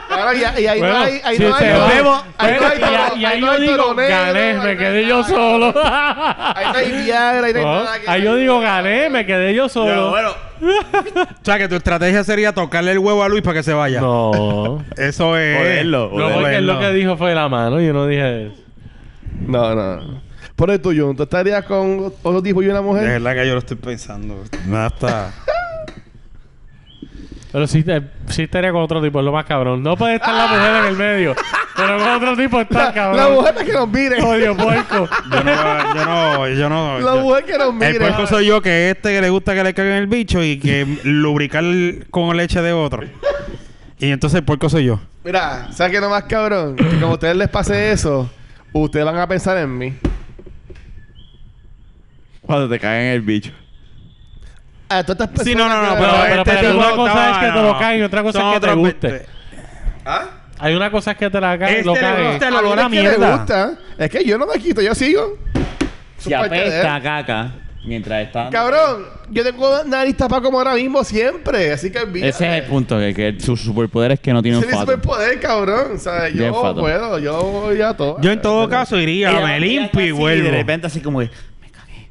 C: Claro, y, y ahí
D: Bueno,
C: no hay, ahí
D: si
C: no hay,
D: se va,
C: ahí no hay,
D: bueno, y a-
C: toro-
D: y ahí
C: no
D: yo
C: hay
D: digo,
C: toronero,
D: gané,
C: ahí
D: me
C: no
D: quedé
C: hay
D: yo
C: nada.
D: solo.
C: Ahí no hay Viagra, ahí no hay
D: No,
C: nada que-
D: Ah, ahí yo digo, gané, me quedé yo solo.
B: Pero bueno,
A: O sea, que tu estrategia sería tocarle el huevo a Luis para que se vaya.
D: No.
A: Eso es.
B: Joderlo,
D: No, porque él lo que dijo fue la mano. Yo no dije eso.
C: No, no. Por el tuyo, ¿tú estarías con otro tipo y una
A: De
C: mujer?
A: verdad que yo lo estoy pensando. Nada está.
D: Pero sí, eh, sí estaría con otro tipo, es lo más cabrón. No puede estar la mujer en el medio, pero con otro tipo está, cabrón.
C: La mujer es que nos mire.
D: Odio, puerco.
A: Yo no. Yo no. Yo no
C: La
A: yo-
C: mujer que nos
A: el
C: mire.
A: puerco soy yo que este que le gusta que le caguen el bicho y que lubricar con leche de otro. Y entonces el puerco soy yo.
C: Mira, ¿sabes qué nomás cabrón? Que como a ustedes les pase eso, ustedes van a pensar en mí.
B: cuando te caen el bicho.
C: Ah, tú estás pensando
A: Sí, no, no, no.
C: que-
A: Pero,
D: pero-
A: este
D: pero
A: tipo
D: una
A: estaba-
D: cosa es que te lo
A: no,
D: caigan y otra cosa
A: son
D: es que te
A: otros
D: guste.
A: 20.
D: Hay una cosa es que te la cae
A: Este
D: lo
A: le
D: cae.
A: gusta el
C: A mí
A: olor
C: no
A: a
C: es que me
A: mierda.
C: gusta, es que yo no me quito, yo sigo. Eso
B: Si
C: es parte de
B: apesta
C: él.
B: a caca mientras está.
C: Cabrón, yo tengo nariz tapada como ahora mismo siempre, así que olvídate.
B: Ese es el punto, que, que su superpoder es que no tiene
C: Ese
B: un
C: es mi superpoder, cabrón. O sea, yo
B: Bien fato.
C: puedo, yo voy a todo.
A: Yo en todo caso iría, me limpio y
B: Y de
A: vuelvo.
B: repente así como que, me cagué.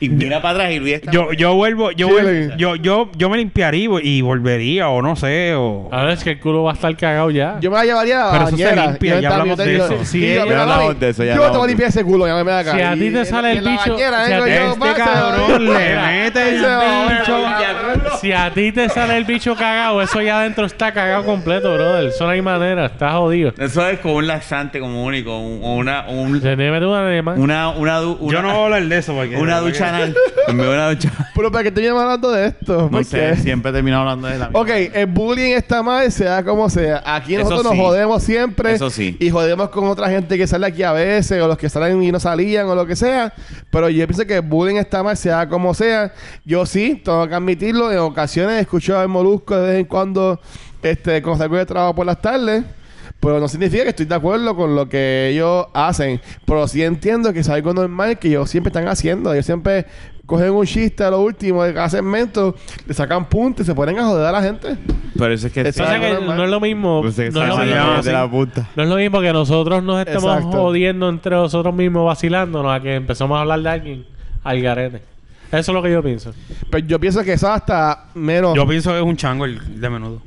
B: Y mira para atrás y Luis está...
A: Yo, yo vuelvo, yo,
C: Sí,
A: vuel-
C: le-
A: yo, yo, yo me limpiaría y vol- y volvería, o no sé, o.
B: Ah,
D: Ahora es que el culo va a estar cagado ya.
C: Yo me la llevaría a la
A: Pero eso se
C: bañera.
A: limpia,
C: Yo
A: ya
C: estaba-
A: hablamos
C: yo
A: de
C: digo,
A: eso.
B: Sí,
C: digo,
B: ya
C: mira,
B: hablamos
C: mami,
B: de eso, ya
C: Yo te voy
B: hablamos
C: a
B: de
C: limpiar ese culo, ya me acá.
D: Si a ti
C: Y
D: te sale el
C: en la
D: bicho-
C: bañera,
D: si a
C: vengo
D: ti-
C: yo,
A: Este
C: pasa,
A: cabrón
C: ¿no?
A: le mete el
C: Ese-
A: bicho.
D: Si a ti te sale el bicho cagado, eso ya adentro está cagado completo, brother. Eso no hay manera, está jodido.
B: Eso es como un laxante común y con un- una... un-
D: Se debe de un animal.
B: una, una, du- una,
A: Yo no voy a hablar de eso porque.
B: una ducha anal. En vez de una ducha...
C: Pero ¿para qué te llamas hablando de esto?
B: No
C: ¿Por
B: sé,
C: qué?
B: siempre termino hablando de la misma.
C: Ok, el bullying está mal, sea como sea. Aquí
B: Eso
C: nosotros
B: sí.
C: nos jodemos siempre.
B: Eso sí.
C: Y jodemos con otra gente que sale aquí a veces, o los que salen y no salían, o lo que sea. Pero yo pienso que el bullying está mal, sea como sea. Yo sí, tengo que admitirlo. En ocasiones escucho al molusco de vez en cuando, este, cuando salgo de trabajo por las tardes. Pero no significa que estoy de acuerdo con lo que ellos hacen. Pero sí entiendo que es algo normal que ellos siempre están haciendo. Ellos siempre cogen un chiste a lo último, hacen mentos, le sacan punta y se ponen a joder a la gente.
B: Pero eso es que...
C: Eso
D: Pasa que
C: Algo normal.
D: no es lo mismo. No
B: Pues
D: es
B: se-
D: lo
B: se-
A: mismo,
B: se-
D: mismo.
A: no,
B: se- de
A: sí.
B: la puta.
D: No es lo mismo que nosotros nos estemos
C: Exacto.
D: jodiendo entre nosotros mismos, vacilándonos a que empezamos a hablar de alguien al garete. Eso es lo que yo pienso.
C: Pero yo pienso que eso hasta menos.
A: Yo pienso que es un chango el de menudo.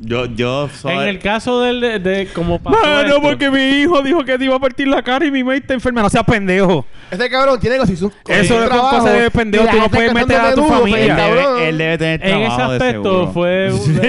B: Yo, yo soy...
D: En el caso del, de, de como pasó
A: Bueno,
D: esto,
A: porque mi hijo dijo que te iba a partir la cara y mi madre está enferma. No seas pendejo.
C: Este cabrón tiene que hizo un
A: Eso es cosa de pendejo, tú no puedes meter a tu familia.
B: Él
C: Cabrón.
B: debe, él debe tener
D: en ese
B: trabajo de
D: aspecto
B: seguro.
D: fue un-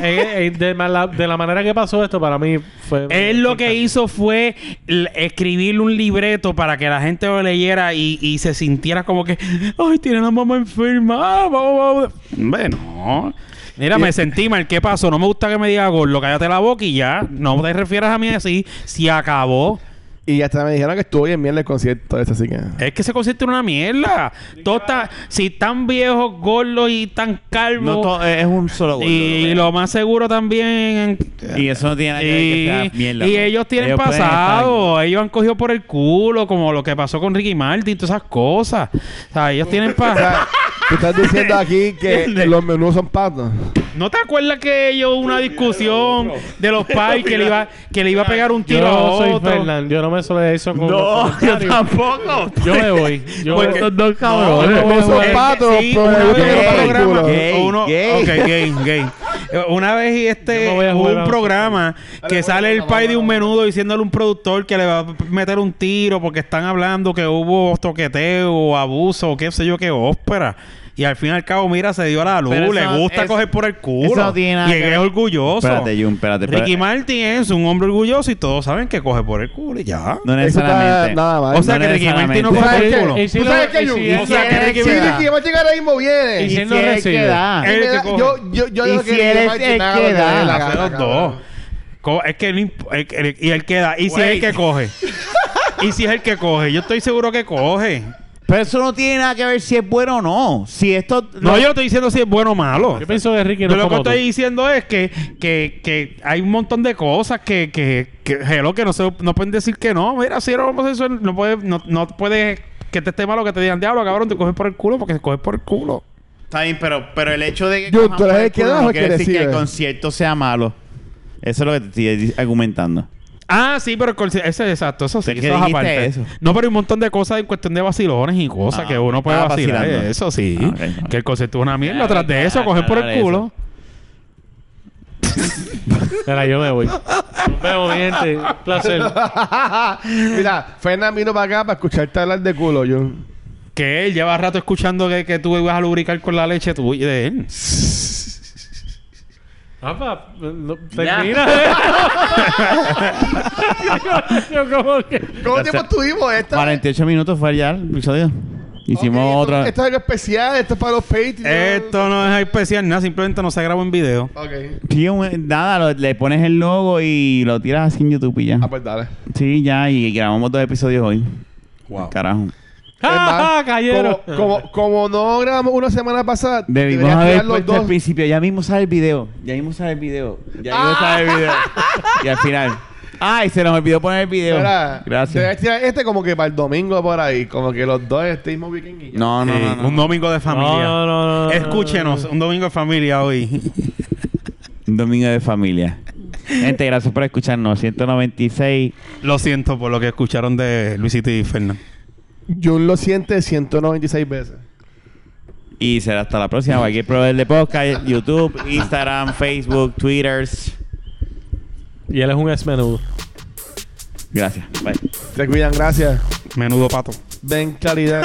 D: en- en- de, mala- de la manera que pasó esto para mí fue
A: Él lo que hizo fue l- escribir un libreto para que la gente lo leyera y, y se sintiera como que, ay, tiene la mamá enferma. Ah, vamos, vamos". Bueno, mira, me sentí mal. ¿Qué pasó? No me gusta que me diga gordo, cállate la boca y ya. No te refieras a mí así. Si acabó.
C: Y hasta me dijeron que estuvo bien bien el concierto ese, así que.
A: Es que se consiste en una mierda. Todo está- si tan viejos, gordos y tan
B: No,
A: calvos.
B: to- es un solo gordo,
A: y
B: lo
A: lo más seguro también.
B: veo. Y eso no tiene nada que ver que
A: Y,
B: sea mierda.
A: y
B: ¿no?
A: ellos tienen
B: Ellos pueden
A: pasado, ellos han cogido por el culo, como lo que pasó con Ricky Martin, todas esas cosas. O sea, ellos tienen
C: O sea,
A: pasado.
C: tú estás diciendo aquí que
A: ¿Entiendes?
C: los menús son patos.
A: ¿No te acuerdas que ellos hubo una discusión de los pais que le iba que le iba a pegar un
D: yo
A: tiro a
D: no soy
A: otro?
D: Fernán yo no me solidarizo con
B: No,
D: los
B: yo
D: comentarios.
B: tampoco.
D: yo me voy yo
A: Porque-
D: me voy.
B: dos
D: cabrones.
C: No
A: Bueno,
C: son
A: eh,
C: patos,
A: sí,
C: pero
A: una
C: me gusta
A: vez
C: que me
A: en un
C: paren el
A: programa,
C: culo.
B: gay,
A: uno-
B: gay.
A: ok, gay, gay. Eh, Una vez y este
D: Yo me voy a
A: hubo
D: jugar a
A: un
D: los-
A: programa que sale el pai de un menudo diciéndole a un productor que le va a meter un tiro porque están hablando que hubo toqueteo, abuso, qué sé yo, qué ópera. Y al fin y al cabo, mira, se dio a la luz.
B: Pero
A: Le
B: eso-
A: gusta
B: es-
A: coger por el culo.
B: eso no tiene nada
A: y
B: que
A: él
B: ver.
A: es orgulloso.
B: Espérate, Jun, espérate. espérate.
A: Ricky Martin es un hombre orgulloso y todos saben que coge por el culo y ya.
B: No
C: Eso está
B: necesariamente.
C: nada mal.
A: o sea
B: no
A: que Ricky Martin no
C: ¿Tú
B: necesariamente.
A: coge
C: sabes
A: por el
C: qué?
A: culo.
D: Y si
C: ¿Tú
D: lo-
C: sabes qué,
D: y si
C: Jun?
D: él-
C: O sea,
B: y si él
C: que
B: es
C: sí,
B: el que da.
C: Ricky va a llegar ahí moviendo.
D: Y
C: Y
D: si
B: Y
D: él no
B: si él
D: recibe.
B: queda.
C: me
A: Él te
C: da-
A: coge.
C: Yo, yo, yo
B: Y
C: digo
B: si
C: que
B: él
C: Ricky
B: es
C: Martin
B: el
C: haga lo
B: que
C: le dé
B: da.
C: la
A: Hace
C: gana,
A: los
C: cabrón.
A: dos. Co- es que no imp- el- el- y él queda. Y si es el
B: Wait.
A: que coge. y si es el que coge. Yo estoy seguro que coge.
B: Pero eso no tiene nada que ver si es bueno o no. Si esto...
A: No, yo no estoy diciendo si es bueno o malo.
D: yo pienso que Ricky
A: Yo
D: no es
A: lo que
D: como tú
A: estoy diciendo es que, que, que hay un montón de cosas que, que, que, hello, que no, se, no pueden decir que no. Mira, si eres homosexual, no puedes, no, no puedes que te esté malo que te digan diablo, cabrón, te coges por el culo porque te coges por el culo.
B: Está bien, pero, pero el hecho de que...
C: Jun,
B: cojan
C: tú eres
B: por
C: el que
B: culo
C: da o
B: no
C: el
B: quiere
C: que
B: decir que el
C: recibe.
B: concierto sea malo. Eso es lo que te estoy di- argumentando.
A: Ah, sí, pero el conci- ese exacto, eso sí,
B: ¿Qué
A: eso es
B: dijiste
A: aparte.
B: eso?
A: No, pero hay un montón de cosas en cuestión de vacilones y cosas
B: Ah,
A: que uno puede
B: ah,
A: vacilar.
B: vacilando.
A: Eso sí.
B: Ah, ok, ok.
A: Que el concepto es una mierda.
B: Ya,
A: Tras de
B: ya,
A: eso, coger por el
B: aclarar
A: culo.
D: mira yo me voy nos vemos mi gente Un placer
C: Mira, Fernan vino para acá para escucharte hablar de culo, yo.
A: Que él lleva rato escuchando que, que tú ibas a lubricar con la leche tuya de él.
D: Papá, Ah, no, termina yo, yo como que
C: ¿Cómo
B: Ya
C: tiempo
B: sé.
C: estuvimos? Esta,
B: 48 minutos fue ya el episodio. Hicimos
C: Ok, esto-
B: otra...
C: Esto es algo especial, esto es para los Patreons.
A: Esto no es especial, nada, simplemente no se grabó en video.
C: Ok.
B: Sí, un- nada, lo- le pones el logo y lo tiras así en YouTube y ya.
C: Ah, pues dale.
B: Sí, ya, y grabamos dos episodios hoy.
A: Eh,
B: Carajo.
C: Es
D: ¡Ah,
C: más,
D: cayeron!
C: Como, como, como no grabamos una semana pasada,
B: Debimos
C: deberías
B: haber
C: tirar los
B: puesto
C: dos.
B: al principio. Ya mismo sale el video. Ya mismo sale el video. Ya
C: Ah.
B: mismo sale el video. y al final. ¡Ay! Se nos olvidó poner el video.
C: Mira,
B: Gracias.
C: Deberías tirar este como que para el domingo por ahí. Como que los dos este mismo weekend y ya.
B: No, no,
A: Sí,
B: no. no.
A: Un domingo de familia.
D: No, no, no, no,
A: Escúchenos, un domingo de familia hoy.
B: Un domingo de familia. Gente, gracias por escucharnos. 196.
A: Lo siento por lo que escucharon de Luisito y Fernando.
C: Jun lo siente 196 veces.
B: Y será hasta la próxima. Cualquier proveedor de podcast, YouTube, Instagram, Facebook, Twitter.
D: Y él es un esmenudo.
B: Gracias. Bye.
C: Se cuidan, gracias.
A: Menudo pato.
C: Ven claridad.